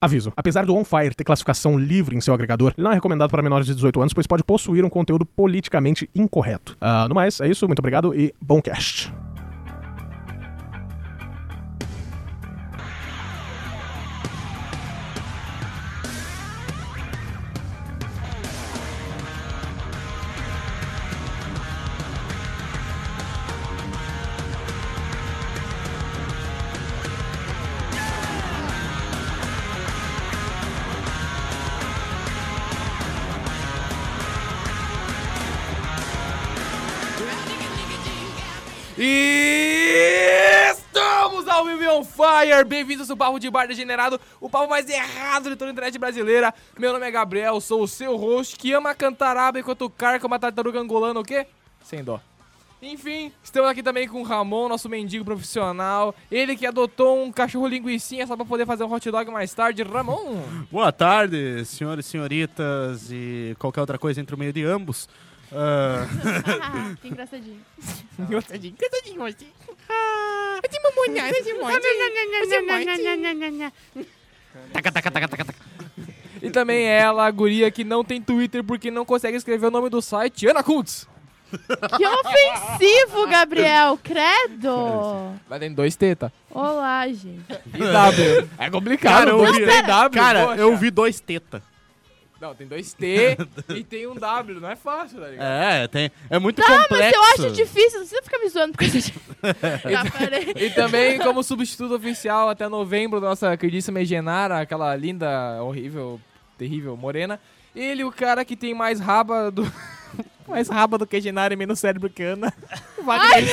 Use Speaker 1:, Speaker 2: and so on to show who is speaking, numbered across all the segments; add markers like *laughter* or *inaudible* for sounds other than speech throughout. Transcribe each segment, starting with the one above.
Speaker 1: Aviso: apesar do On Fire ter classificação livre em seu agregador, ele não é recomendado para menores de 18 anos, pois pode possuir um conteúdo politicamente incorreto. Ah, no mais, é isso, muito obrigado e bom cast.
Speaker 2: E estamos ao vivo e on fire! Bem-vindos ao Papo de Bar Degenerado, o papo mais errado de toda a internet brasileira. Meu nome é Gabriel, sou o seu host que ama cantaraba enquanto carca uma tartaruga angolana, o quê? Sem dó. Enfim, estamos aqui também com o Ramon, nosso mendigo profissional. Ele que adotou um cachorro linguicinha só pra poder fazer um hot dog mais tarde. Ramon!
Speaker 3: Boa tarde, senhores, senhoritas e qualquer outra coisa entre o meio de ambos. Ah,
Speaker 4: Ah, *laughs* que engraçadinho.
Speaker 2: Engraçadinho, engraçadinho hoje. Ah, né,
Speaker 4: Tá é um
Speaker 2: E também ela, a guria que não tem Twitter porque não consegue escrever o nome do site, Ana Kuntz.
Speaker 4: Que ofensivo, Gabriel! Credo!
Speaker 2: Mas tem dois T, tá?
Speaker 4: Olá, gente.
Speaker 2: E W. É complicado,
Speaker 3: Cara, eu
Speaker 2: dois
Speaker 3: vi-
Speaker 2: T e W.
Speaker 3: cara,
Speaker 2: poxa.
Speaker 3: eu vi dois teta.
Speaker 2: Não, tem dois T e tem um W. Não é fácil, tá ligado?
Speaker 3: É, tem, é muito
Speaker 4: Tá, mas
Speaker 3: complexo.
Speaker 4: eu acho difícil. Não precisa ficar me zoando por
Speaker 3: *laughs*
Speaker 4: causa disso. Tá, parei.
Speaker 2: E também, como substituto oficial até novembro, da nossa queridíssima Genara, aquela linda, horrível, terrível morena. Ele, o cara que tem mais raba do. *laughs* mais raba do que Genara e menos cérebro que Ana.
Speaker 4: Ai,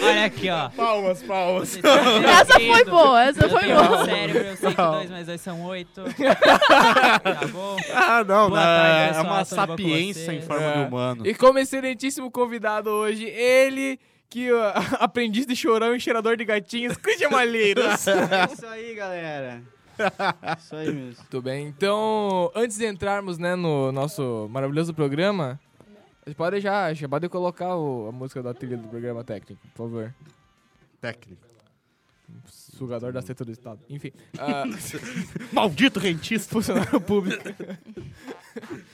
Speaker 5: Olha aqui, ó.
Speaker 3: Palmas, palmas.
Speaker 4: essa foi boa, essa
Speaker 5: Eu
Speaker 4: foi
Speaker 5: tenho um
Speaker 4: boa.
Speaker 5: cérebro, eu sei que dois mais dois são
Speaker 3: *laughs*
Speaker 5: oito. tá bom?
Speaker 3: Ah, não,
Speaker 5: Boa
Speaker 3: não,
Speaker 5: tarde,
Speaker 3: é
Speaker 5: pessoal,
Speaker 3: uma
Speaker 5: tudo bom com
Speaker 3: sapiência em
Speaker 5: vocês?
Speaker 3: forma
Speaker 2: É.
Speaker 3: de
Speaker 2: *laughs*
Speaker 3: humano.
Speaker 2: E como excelentíssimo convidado hoje, ele que ó, *laughs* aprendiz de chorão e cheirador de gatinhos, *laughs* Christian Malheiros.
Speaker 6: É *laughs* isso aí, galera. Isso aí mesmo.
Speaker 2: Muito bem, então, antes de entrarmos né, no nosso maravilhoso programa, vocês podem já, já podem colocar o- a música da trilha do programa técnico, por favor.
Speaker 3: Técnico.
Speaker 2: Sugador da seta do Estado. Enfim,
Speaker 6: *laughs*
Speaker 2: ah,
Speaker 3: Maldito rentista.
Speaker 2: funcionário público. *laughs*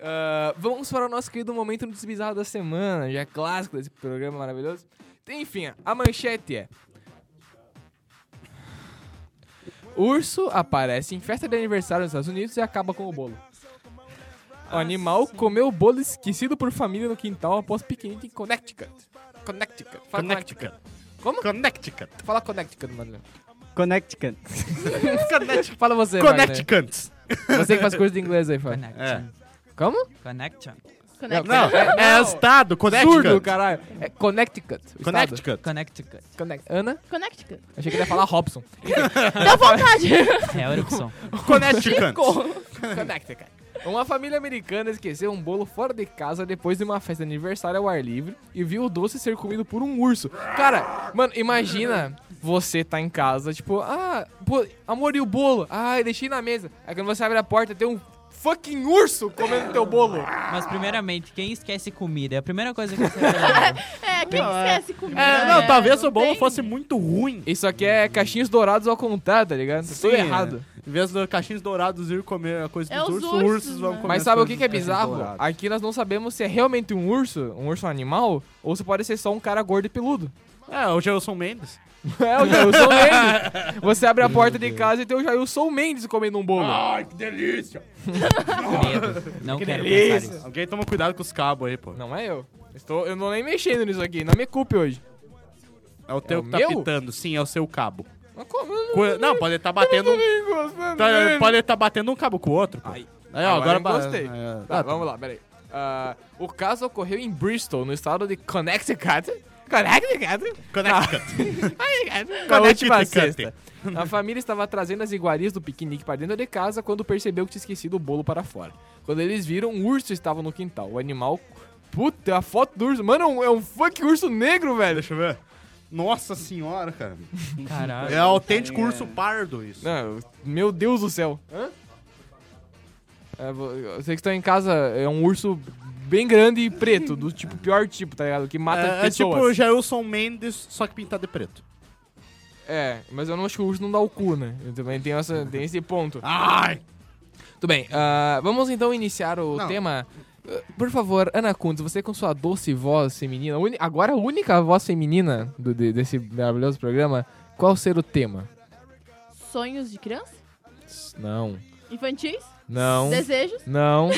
Speaker 2: Ah, vamos para o nosso querido momento no desbizarro da semana, já é clássico desse programa maravilhoso. Enfim, a manchete é... Urso aparece em festa de aniversário nos Estados Unidos e acaba com o bolo. O animal comeu bolo esquecido por família no quintal após piquenique em Connecticut. Connecticut. Fala Connecticut.
Speaker 3: Connecticut.
Speaker 2: Como?
Speaker 3: Connecticut.
Speaker 2: Fala Connecticut, Manuel.
Speaker 6: Connecticut.
Speaker 2: *laughs* Fala você, Manuel.
Speaker 3: Connecticut.
Speaker 2: Você que faz curso de inglês aí, fala.
Speaker 3: É.
Speaker 5: Connection.
Speaker 2: Como?
Speaker 5: Connection.
Speaker 4: Conecta.
Speaker 3: Não, é,
Speaker 2: Não.
Speaker 3: estado,
Speaker 2: Surdo,
Speaker 3: Connecticut.
Speaker 2: caralho. É Connecticut. o estado.
Speaker 3: Connecticut.
Speaker 5: Connecticut.
Speaker 2: Connect- Ana?
Speaker 4: Connecticut.
Speaker 2: Achei que ele ia falar Robson.
Speaker 4: Dá vontade.
Speaker 3: *laughs*
Speaker 5: É Erickson.
Speaker 2: *laughs*
Speaker 3: Connecticut.
Speaker 2: Connecticut. Uma família americana esqueceu um bolo fora de casa depois de uma festa de aniversário ao ar livre e viu o doce ser comido por um urso. Cara, mano, imagina você tá em casa, tipo, ah, pô, amor, e o bolo? Ah, eu deixei na mesa. Aí quando você abre a porta, tem um fucking urso comendo teu bolo.
Speaker 5: Mas primeiramente, quem esquece comida? É a primeira coisa que você lembra.
Speaker 4: É, quem esquece né? comigo?
Speaker 3: É, não, talvez o bolo fosse muito ruim.
Speaker 2: Isso aqui é caixinhos dourados ao contar, tá ligado? Tá Tudo
Speaker 3: Sim,
Speaker 2: errado.
Speaker 3: é. Em vez dos caixinhos dourados ir comer a coisa
Speaker 4: É
Speaker 3: dos
Speaker 4: os
Speaker 3: ursos,
Speaker 4: ursos,
Speaker 3: ursos vão
Speaker 4: né?
Speaker 3: comer.
Speaker 2: Mas
Speaker 3: as
Speaker 2: sabe o
Speaker 3: coisas
Speaker 2: que, que é
Speaker 3: dos caixinhos
Speaker 2: bizarro?
Speaker 3: dourados.
Speaker 2: Aqui nós não sabemos se é realmente um urso, um urso animal, ou se pode ser só um cara gordo e peludo. *laughs*
Speaker 3: É, o Gelson Mendes.
Speaker 2: É o Jailson Mendes. Você abre a porta de casa e tem o Jailson Mendes comendo um bolo.
Speaker 3: Ai, que delícia!
Speaker 5: Medo. Não quero
Speaker 3: é
Speaker 5: pensar isso.
Speaker 3: Alguém toma cuidado com os cabos aí, pô.
Speaker 2: Não é eu. Estou, eu não tô nem mexendo nisso aqui, não me culpe hoje.
Speaker 3: É o teu
Speaker 2: É o
Speaker 3: que tá
Speaker 2: meu?
Speaker 3: pitando, sim, é o seu cabo.
Speaker 2: Mas como? Eu
Speaker 3: Co- Não, pode estar batendo.
Speaker 2: não tô
Speaker 3: um-
Speaker 2: nem gostando
Speaker 3: tá-
Speaker 2: dele.
Speaker 3: Pode estar batendo um cabo com o outro. Pô.
Speaker 2: Ai,
Speaker 3: Aí, ó, agora
Speaker 2: eu gostei.
Speaker 3: É,
Speaker 2: Tá,
Speaker 3: ah,
Speaker 2: vamos lá, peraí. Ah, o caso ocorreu em Bristol, no estado de Connecticut. Connecticut? *laughs*
Speaker 3: Connecticut.
Speaker 2: Na última tipo
Speaker 3: Connecticut.
Speaker 2: sexta. A família estava trazendo as iguarias do piquenique para dentro de casa quando percebeu que tinha esquecido o bolo para fora. Quando eles viram, um urso estava no quintal. O animal. Puta, a foto do urso. Mano, é um, é um funk urso negro, velho.
Speaker 3: Deixa eu ver. Nossa senhora, cara.
Speaker 5: Caralho.
Speaker 3: É autêntico
Speaker 6: É.
Speaker 3: urso pardo isso.
Speaker 2: Não, meu Deus do céu. Hã? É, vo- você que está em casa, é um urso bem grande e preto, do tipo pior tipo, tá ligado? Que mata
Speaker 3: É, é tipo
Speaker 2: pessoas.
Speaker 3: o Jailson Mendes, só que pintado de preto.
Speaker 2: É, mas eu não acho que o urso não dá o cu, né? Eu também tenho, essa, tem esse ponto.
Speaker 3: Ai!
Speaker 2: Tudo bem, ah, vamos então iniciar o
Speaker 3: Não.
Speaker 2: tema. Ah, Por favor, Ana Kuntz, você com sua doce voz feminina, uni- agora a única voz feminina do, de- desse maravilhoso programa, qual ser o tema?
Speaker 4: Sonhos de criança?
Speaker 2: Não.
Speaker 4: Infantis?
Speaker 2: Não.
Speaker 4: Desejos?
Speaker 3: Ah.
Speaker 2: Não.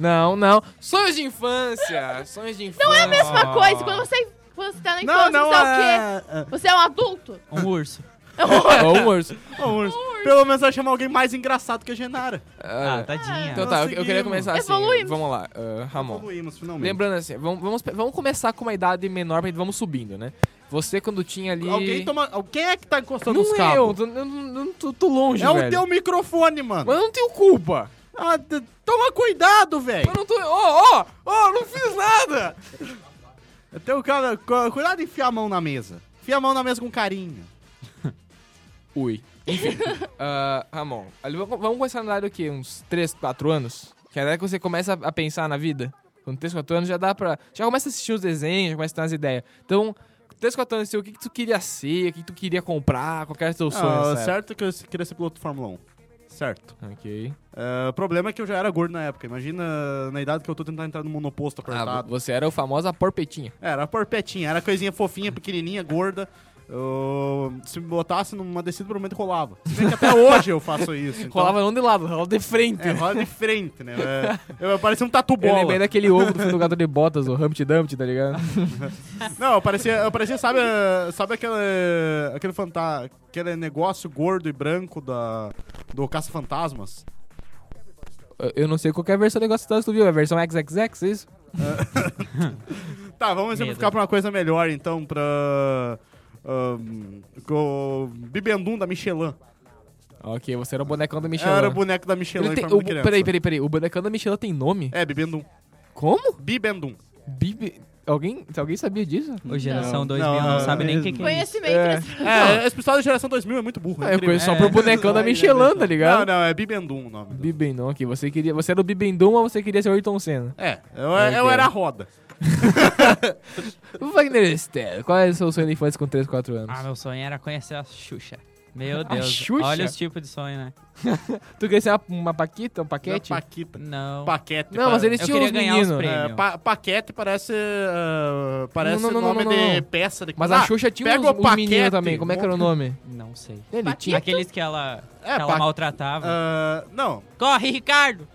Speaker 2: não, não. Sonhos de infância. Sonhos de infância.
Speaker 4: Não é a mesma coisa. Quando você, quando você tá na infância, você é o quê?
Speaker 3: ah,
Speaker 4: Você é um adulto? É
Speaker 5: Um urso.
Speaker 2: Ô, um urso.
Speaker 3: ah, ô, urso. Pelo menos vai chamar alguém mais engraçado que a Genara.
Speaker 2: Ah,
Speaker 5: Ah, tadinha.
Speaker 2: Então tá, eu, eu queria
Speaker 3: Conseguimos.
Speaker 2: começar assim.
Speaker 4: Evoluímos.
Speaker 2: Vamos lá, ah, Ramon.
Speaker 3: Evoluímos, finalmente.
Speaker 2: Lembrando assim, vamos, vamos, pe- vamos começar com uma idade menor, mas vamos subindo, né? Você quando tinha ali...
Speaker 3: Alguém toma. Quem é que tá encostando
Speaker 2: Não
Speaker 3: os
Speaker 2: é eu,
Speaker 3: cabos?
Speaker 2: tô, eu não- eu tô- tô longe,
Speaker 3: É o
Speaker 2: velho.
Speaker 3: teu microfone, mano.
Speaker 2: Mas eu não tenho culpa.
Speaker 3: Ah, t- toma cuidado,
Speaker 2: Eu
Speaker 3: velho.
Speaker 2: não tô... Ó, ó, ó, não fiz nada.
Speaker 3: É Teu cara, cu- cuidado em enfiar a mão na mesa. Enfia a mão na mesa com carinho.
Speaker 2: Ui.
Speaker 3: *laughs*
Speaker 2: Enfim. Ah, Ramon, ali, vamos vamos começar na idade do quê? Uns 3, 4 anos? Que é a idade que você começa a pensar na vida. Com 3, 4 anos já dá pra... Já começa a assistir os desenhos, já começa a ter umas ideias. Então... 3, 4 anos, assim, o que, que tu queria ser, o que, que tu queria comprar, qual que era o teu sonho?
Speaker 3: Ah,
Speaker 2: nessa época?
Speaker 3: certo que eu queria ser piloto de Fórmula 1. Certo.
Speaker 2: Ok.
Speaker 3: Ah, o problema é que eu já era gordo na época. Imagina na idade que eu tô tentando entrar no monoposto
Speaker 2: Ah,
Speaker 3: apertado.
Speaker 2: você era o famosa porpetinha.
Speaker 3: Era porpetinha, era coisinha fofinha, pequenininha, gorda. Eu- se me botasse numa descida, provavelmente rolava. Se bem que *laughs* até hoje eu faço isso. então-
Speaker 2: Rolava não de lado, rolava de frente.
Speaker 3: É, rola de frente, né? É, eu parecia um tatu
Speaker 2: Eu lembrei
Speaker 3: bola.
Speaker 2: daquele ovo do fundo do gato de botas, o Humpty Dumpty, tá
Speaker 3: *laughs*
Speaker 2: ligado?
Speaker 3: Não, eu parecia, eu parecia sabe, eh, sabe aquele, aquele, fanta aquele negócio gordo e branco da, do Caça-Fantasmas?
Speaker 2: Eu- Eu não sei qual que é a versão do negócio que tu viu, é a versão XXX, isso?
Speaker 3: Tá, vamos exemplificar
Speaker 5: Medo.
Speaker 3: pra uma coisa melhor, então, pra... ahn, com o Bibendum da Michelin.
Speaker 2: Ok, você era o bonecão da Michelin.
Speaker 3: Era o boneco da Michelin
Speaker 2: Ele tem,
Speaker 3: em
Speaker 2: o,
Speaker 3: forma de criança.
Speaker 2: peraí, peraí, peraí. O bonecão da Michelin tem nome?
Speaker 3: É, Bibendum.
Speaker 2: Como?
Speaker 3: Bibendum.
Speaker 2: Bibi... Alguém, alguém sabia disso?
Speaker 5: Ô, geração
Speaker 6: Não,
Speaker 5: 2000 não,
Speaker 3: não,
Speaker 5: sabe nem
Speaker 3: *laughs*
Speaker 5: o que, que é isso.
Speaker 4: um Conhecimento.
Speaker 2: É.
Speaker 4: nesse-
Speaker 3: É, esse pessoal da geração 2000 é muito burro.
Speaker 2: Ah, eu
Speaker 3: incrível. É,
Speaker 2: conheço só pro bonecão da Michelin, tá
Speaker 3: Não,
Speaker 2: ligado?
Speaker 3: não, é Bibendum o nome. do-
Speaker 2: Bibendon aqui, você queria. Você era o Bibendon ou você queria ser o Ayrton Senna?
Speaker 3: É, eu,
Speaker 2: Meu
Speaker 3: eu
Speaker 2: Deus.
Speaker 3: era a roda.
Speaker 2: Wagner Esther, qual é o seu sonho de infância com 3, 4 anos?
Speaker 5: Ah, meu sonho era conhecer a Xuxa. Meu Deus.
Speaker 2: Xuxa?
Speaker 5: Olha os tipos de sonho, né?
Speaker 2: Tu queria ser uma, uma paquita, um paquete?
Speaker 3: Não, Paquita.
Speaker 5: Não.
Speaker 3: Paquete.
Speaker 2: Não, mas
Speaker 3: pa-
Speaker 2: eles
Speaker 5: Eu
Speaker 2: tinham
Speaker 5: queria
Speaker 2: os
Speaker 5: ganhar os
Speaker 2: meninos.
Speaker 5: prêmios.
Speaker 3: é, pa- paquete parece. ah, parece
Speaker 2: Não, não, não,
Speaker 3: nome
Speaker 2: não, não,
Speaker 3: de
Speaker 2: não.
Speaker 3: peça. De...
Speaker 2: Mas
Speaker 3: Ah,
Speaker 2: a Xuxa tinha
Speaker 3: pega
Speaker 2: uns,
Speaker 3: o
Speaker 2: uns meninos
Speaker 3: paquete.
Speaker 2: também, como é que era o nome?
Speaker 5: Não sei.
Speaker 2: Ele
Speaker 4: Paquete.
Speaker 2: tinha.
Speaker 5: Aqueles que ela,
Speaker 3: Então, É,
Speaker 5: que ela
Speaker 3: pa-
Speaker 5: maltratava.
Speaker 3: ah, não,
Speaker 5: Corre, Ricardo!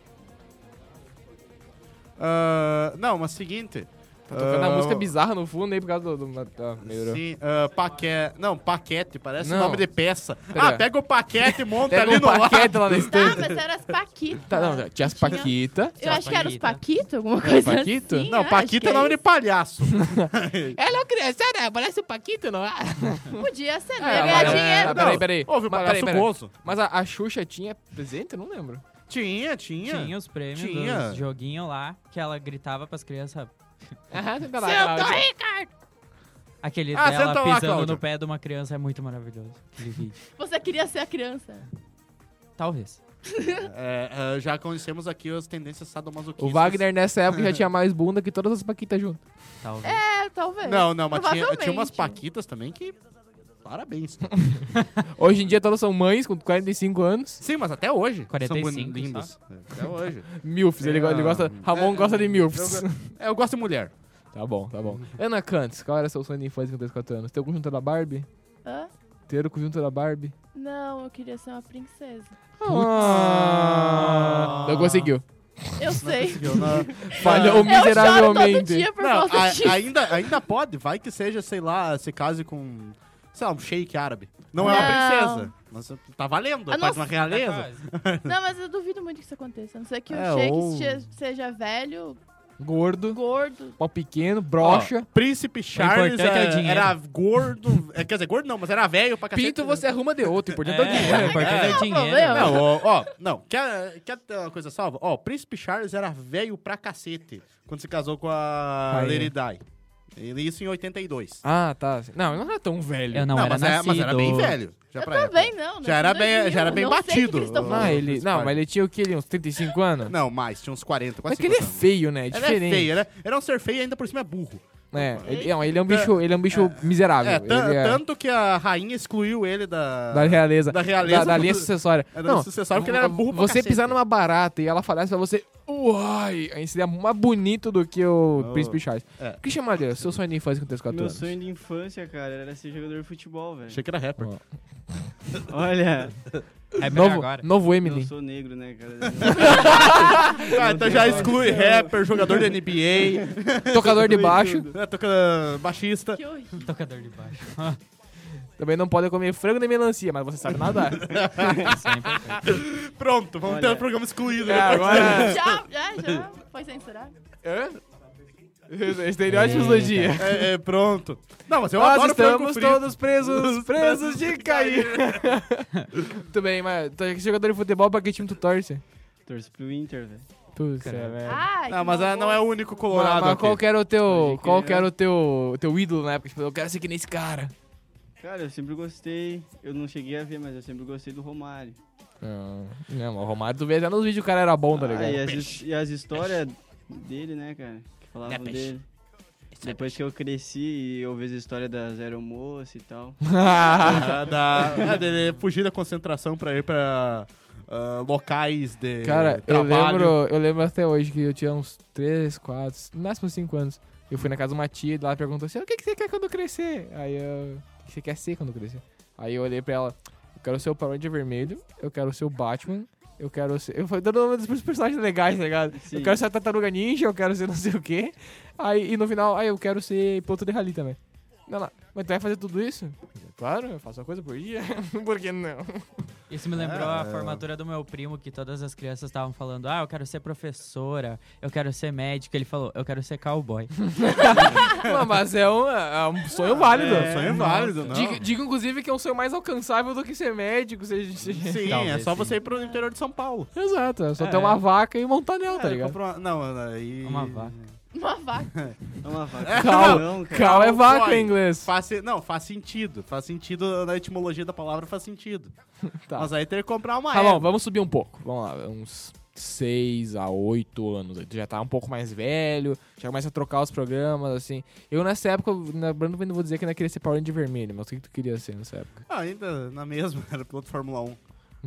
Speaker 3: ah, não, mas seguinte.
Speaker 2: Tá tocando
Speaker 3: ah,
Speaker 2: uma música bizarra no fundo aí por causa do. do, do ah, melhorou.
Speaker 3: Sim, ah, paquete. Não, paquete, parece
Speaker 2: Não.
Speaker 3: nome de peça.
Speaker 2: Pera.
Speaker 3: Ah, pega
Speaker 2: *laughs*
Speaker 3: o paquete e monta
Speaker 2: Pega
Speaker 3: ali
Speaker 2: um
Speaker 3: no
Speaker 2: paquete lá na
Speaker 4: Tá,
Speaker 2: estante.
Speaker 4: mas era as Paquitas.
Speaker 2: Tá, não, já tinha as Paquita.
Speaker 4: Eu acho que era os
Speaker 5: Paquita.
Speaker 4: Paquito, alguma coisa
Speaker 2: Paquito?
Speaker 4: assim.
Speaker 3: Não,
Speaker 4: acho
Speaker 3: Paquita
Speaker 4: que
Speaker 3: é nome de
Speaker 2: *laughs*
Speaker 4: isso.
Speaker 3: palhaço.
Speaker 2: Ela é criançada, parece o Paquito, não é?
Speaker 4: Podia ser, né?
Speaker 2: É,
Speaker 4: Ia ganhar
Speaker 2: mas-
Speaker 4: dinheiro.
Speaker 2: Ah, peraí, peraí.
Speaker 3: Houve o
Speaker 2: Mas
Speaker 3: palhaço
Speaker 2: peraí, peraí.
Speaker 3: Bozo.
Speaker 2: Mas a, a Xuxa tinha presente? Eu não lembro.
Speaker 3: Tinha, tinha.
Speaker 5: Tinha os prêmios
Speaker 3: Tinha.
Speaker 5: dos joguinhos lá, que ela gritava pras crianças.
Speaker 2: Aham, tem
Speaker 4: Senta aí, Ricardo!
Speaker 5: Aquele
Speaker 3: Ah,
Speaker 5: dela
Speaker 3: senta lá,
Speaker 5: pisando
Speaker 3: Cláudia.
Speaker 5: no pé de uma criança é muito maravilhoso. Aquele vídeo.
Speaker 4: Você queria ser a criança.
Speaker 5: Talvez.
Speaker 3: É, é, já conhecemos aqui as tendências sadomasoquistas.
Speaker 2: O
Speaker 4: É
Speaker 2: Wagner nessa época já tinha mais bunda que todas as Paquitas junto.
Speaker 5: Talvez.
Speaker 4: É, talvez.
Speaker 3: Não, não, mas tinha,
Speaker 4: Provavelmente.
Speaker 3: tinha umas paquitas também que. Parabéns.
Speaker 2: Hoje em dia todas são mães com 45 anos.
Speaker 3: Sim, mas até hoje.
Speaker 5: 45
Speaker 3: são boni- lindas. É, Até hoje.
Speaker 2: Milfs, ele, go- ele gosta. Ramon gosta de Milfs.
Speaker 3: Eu, é, eu gosto de mulher.
Speaker 2: Tá bom, tá bom. Ana Cantz, qual era seu sonho de infância com 3, 4 anos? Ter o conjunto da Barbie?
Speaker 4: Hã?
Speaker 2: Ter o conjunto da Barbie?
Speaker 4: Não, eu queria ser uma princesa.
Speaker 2: Ah,
Speaker 3: *laughs*
Speaker 2: Não conseguiu.
Speaker 4: Eu sei.
Speaker 5: *laughs* um-
Speaker 2: Falhou
Speaker 4: Eu choro todo
Speaker 2: miseravelmente.
Speaker 4: dia por
Speaker 3: Não,
Speaker 4: causa
Speaker 3: a-
Speaker 4: disso.
Speaker 3: ainda, ainda pode, vai que seja, sei lá, se case com. Sei lá, um sheik árabe. Não, é uma
Speaker 4: Não.
Speaker 3: princesa. Mas tá valendo,
Speaker 4: Ah,
Speaker 3: faz
Speaker 4: nossa.
Speaker 3: uma
Speaker 5: É,
Speaker 3: realeza.
Speaker 4: Não, mas eu duvido muito que isso aconteça. A não ser que
Speaker 3: É,
Speaker 4: o Sheik
Speaker 3: ou-
Speaker 4: este- seja velho,
Speaker 2: Gordo,
Speaker 4: gordo.
Speaker 2: pau pequeno, brocha.
Speaker 3: Ó, Príncipe Charles
Speaker 5: importante é o
Speaker 3: é-
Speaker 5: dinheiro.
Speaker 3: era gordo. é, quer dizer, gordo não, mas era velho pra cacete. né?
Speaker 2: Pinto você arruma de outro,
Speaker 5: É,
Speaker 2: importante é o
Speaker 5: é, o
Speaker 2: dinheiro.
Speaker 5: importante
Speaker 3: um
Speaker 5: é o dinheiro.
Speaker 4: problema.
Speaker 5: né?
Speaker 3: Não, ó, ó, não, quer, quer ter uma coisa salva? Ó, o Príncipe Charles era velho pra cacete quando se casou com a
Speaker 2: Rainha.
Speaker 3: Lady Di. Ele- Isso em 82.
Speaker 2: *laughs* Ah, tá. Não, eu não era tão velho.
Speaker 5: Eu não, era
Speaker 3: mas, é,
Speaker 5: nascido.
Speaker 3: mas era bem velho. Já pra época.
Speaker 4: Também não, né?
Speaker 3: Já era bem-
Speaker 4: 2000,
Speaker 3: já era bem
Speaker 4: não sei o que
Speaker 3: batido.
Speaker 4: eles tão
Speaker 3: Ah,
Speaker 4: falando.
Speaker 2: Não, ele, não, mas ele tinha o quê? Ele, uns 35 anos?
Speaker 3: Não, mais, tinha uns 40,
Speaker 2: Mas
Speaker 3: quase
Speaker 2: que ele é
Speaker 3: 50 anos.
Speaker 2: feio, né? É
Speaker 3: Ele é
Speaker 2: diferente.
Speaker 3: feio, ele é- ele é um ser feio e ainda por cima é burro.
Speaker 2: É, ele, não, ele é um bicho, ele é um bicho miserável.
Speaker 3: É, tan-
Speaker 2: ele é
Speaker 3: tanto que a rainha excluiu ele da.
Speaker 2: da realeza.
Speaker 3: da realeza
Speaker 2: Da, da linha
Speaker 3: do-
Speaker 2: sucessória.
Speaker 3: é, da sucessória, porque ele era burro pra
Speaker 2: Você
Speaker 3: cacete.
Speaker 2: pisar numa barata e ela falasse pra você, uai, aí seria mais bonito do que o
Speaker 3: Oh.
Speaker 2: Príncipe Charles.
Speaker 3: É.
Speaker 2: O que chamaria? Seu sonho de infância com 3, 4
Speaker 6: Meu
Speaker 2: anos?
Speaker 6: sonho de infância, cara, era ser jogador de futebol, velho.
Speaker 3: Achei que era rapper.
Speaker 2: *laughs*
Speaker 6: Olha,
Speaker 5: É melhor
Speaker 2: Novo,
Speaker 5: agora. *laughs*
Speaker 2: novo
Speaker 6: eu
Speaker 2: Eminem.
Speaker 6: sou negro, né, cara?
Speaker 3: Ah, então já exclui rapper, jogador de NBA,
Speaker 2: Tocador de baixo.
Speaker 3: né, toca baixista.
Speaker 4: Que
Speaker 3: *laughs*
Speaker 4: horrível.
Speaker 5: Tocador de baixo.
Speaker 2: Também não pode comer frango nem melancia, mas você sabe nadar.
Speaker 5: é
Speaker 3: Pronto, vamos ter
Speaker 6: Olha.
Speaker 3: um programa excluído.
Speaker 2: É,
Speaker 3: né?
Speaker 2: agora.
Speaker 4: Já, já, já. Foi censurado.
Speaker 2: Hã? Estereótipos do dia.
Speaker 3: É, é, pronto. Não, mas eu
Speaker 2: Nós
Speaker 3: adoro frango
Speaker 2: estamos
Speaker 3: frito.
Speaker 2: todos presos, presos de cair. *laughs* Muito bem, mas tu é jogador de futebol, pra que time tu torce?
Speaker 6: Torço pro Inter, velho.
Speaker 2: Putz,
Speaker 5: Caralho.
Speaker 2: é, velho.
Speaker 4: Ai,
Speaker 3: Não, mas ah, não é o único colorado
Speaker 2: Mas, mas
Speaker 3: aqui.
Speaker 2: qual que era o teu,
Speaker 6: Pode
Speaker 2: qual
Speaker 6: crer.
Speaker 2: que era o teu, o teu ídolo na época? Tipo, eu quero ser que nem esse cara.
Speaker 6: Cara, eu sempre gostei. Eu não cheguei a ver, mas eu sempre gostei do Romário.
Speaker 2: Não, não mas o Romário, tu vê até nos vídeos o cara era bom, tá ligado?
Speaker 6: Ah, e, as, his- e as histórias dele, né, cara? Que falavam dele. Depois que eu cresci e eu vi as histórias da Zero Moça e tal.
Speaker 2: *laughs*
Speaker 3: Ah, *laughs* da, é, dele fugir da concentração pra ir pra ah, locais de
Speaker 2: Cara, eu
Speaker 3: trabalho.
Speaker 2: lembro, eu lembro até hoje que eu tinha uns 3, 4, no máximo 5 anos. Eu fui na casa de uma tia e ela perguntou assim: o que, que você quer quando eu crescer? Aí eu. O que você quer ser quando eu crescer? Aí eu olhei pra ela: eu quero ser o Paródia Vermelho, eu quero ser o Batman, eu quero ser. Eu falei dando nome dos personagens legais, tá ligado?
Speaker 6: Sim.
Speaker 2: Eu quero ser a Tartaruga Ninja, eu quero ser não sei o quê. Aí, e no final, aí eu quero ser piloto de rally também. Não, não. Mas tu vai fazer tudo isso? Claro, eu faço uma coisa por dia. *laughs* por que não?
Speaker 5: Isso me lembrou
Speaker 3: Ah.
Speaker 5: a formatura do meu primo, que todas as crianças estavam falando: Ah, eu quero ser professora, eu quero ser médico. Ele falou: Eu quero
Speaker 3: *laughs*
Speaker 5: ser cowboy.
Speaker 2: Não, mas é um, é um sonho válido.
Speaker 3: É, sonho válido, não.
Speaker 2: Digo, digo, inclusive, que é um sonho mais alcançável do que ser médico. Seja,
Speaker 3: Sim, é
Speaker 5: Talvez,
Speaker 3: só
Speaker 5: sim.
Speaker 3: você ir pro interior de São Paulo.
Speaker 2: *laughs* Exato, é só
Speaker 3: É.
Speaker 2: ter uma vaca e montar nela, tá
Speaker 3: É,
Speaker 2: ligado?
Speaker 3: compra uma- não, aí...
Speaker 5: É Uma vaca.
Speaker 4: Uma vaca.
Speaker 2: *laughs*
Speaker 6: É uma vaca.
Speaker 2: Cal-
Speaker 6: Não, cara.
Speaker 2: Cal é vaca
Speaker 3: Cowboy.
Speaker 2: em inglês.
Speaker 3: Faz, se- não, faz sentido. Faz sentido, na etimologia da palavra faz sentido.
Speaker 2: *laughs* Tá.
Speaker 3: Mas aí teria que comprar uma
Speaker 2: Tá bom,
Speaker 3: erva.
Speaker 2: vamos subir um pouco. Vamos lá, uns 6 a 8 anos. aí Tu já tá um pouco mais velho, já começa a trocar os programas, assim. Eu nessa época, eu- na Brando não vou dizer que eu não queria ser Power Ranger vermelho, mas o que que tu queria ser nessa época?
Speaker 3: Ah, ainda na mesma, *laughs* era piloto de Fórmula 1.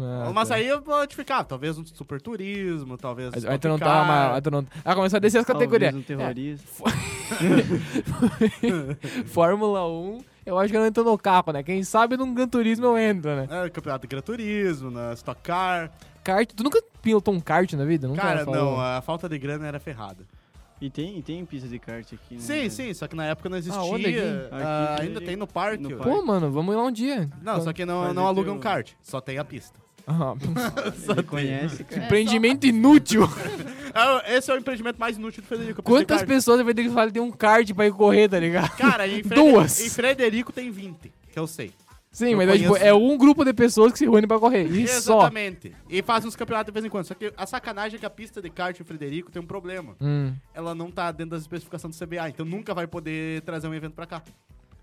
Speaker 2: Ah,
Speaker 3: Mas é
Speaker 2: tá.
Speaker 3: aí eu vou te ficar, talvez um super turismo, talvez.
Speaker 2: Aí- Aí tu não
Speaker 3: Stock Car.
Speaker 2: tá uma. Aí tu não... Ah, começou a descer as
Speaker 6: Talvez
Speaker 2: categorias.
Speaker 6: um
Speaker 2: É,
Speaker 6: terrorista.
Speaker 2: Fórmula 1, eu acho que eu não entro no carro, né? Quem sabe num Gran Turismo eu entro, né?
Speaker 3: É, campeonato de Gran Turismo, na Stock Car.
Speaker 2: Kart, tu nunca pilotou um kart na vida? Nunca
Speaker 3: Cara,
Speaker 2: falou?
Speaker 3: não, a falta de grana era ferrada.
Speaker 6: E tem, e tem pista de kart aqui, né?
Speaker 3: Sim, sim, só que na época não existia.
Speaker 2: onde aqui?
Speaker 3: ah,
Speaker 6: Aqui
Speaker 3: ainda
Speaker 6: tem-
Speaker 3: tem no parque.
Speaker 6: no
Speaker 2: Pô, mano, vamos ir lá um dia.
Speaker 3: Não, só que não,
Speaker 6: Mas
Speaker 3: não
Speaker 6: aí
Speaker 3: alugam
Speaker 6: tem o-
Speaker 3: kart, só tem a *laughs* pista.
Speaker 2: Ah,
Speaker 6: Ele conhece, cara.
Speaker 2: empreendimento inútil.
Speaker 3: Ah, Esse é o empreendimento mais inútil do Frederico. eu pensei,
Speaker 2: Quantas
Speaker 3: cara,
Speaker 2: pessoas eu vou ter que falar tem um kart pra ir correr, tá ligado?
Speaker 3: Cara, em, Frede-
Speaker 2: Duas.
Speaker 3: em Frederico tem 20, que eu sei.
Speaker 2: Sim,
Speaker 3: Eu
Speaker 2: mas é, tipo,
Speaker 3: conheço-
Speaker 2: é um grupo de pessoas que se reúnem pra correr. E só.
Speaker 3: Exatamente. E faz uns campeonatos de vez em quando. Só que a sacanagem é que a pista de kart em Frederico tem um problema.
Speaker 2: Hum.
Speaker 3: Ela não tá dentro das especificações do CBA, então nunca vai poder trazer um evento pra cá.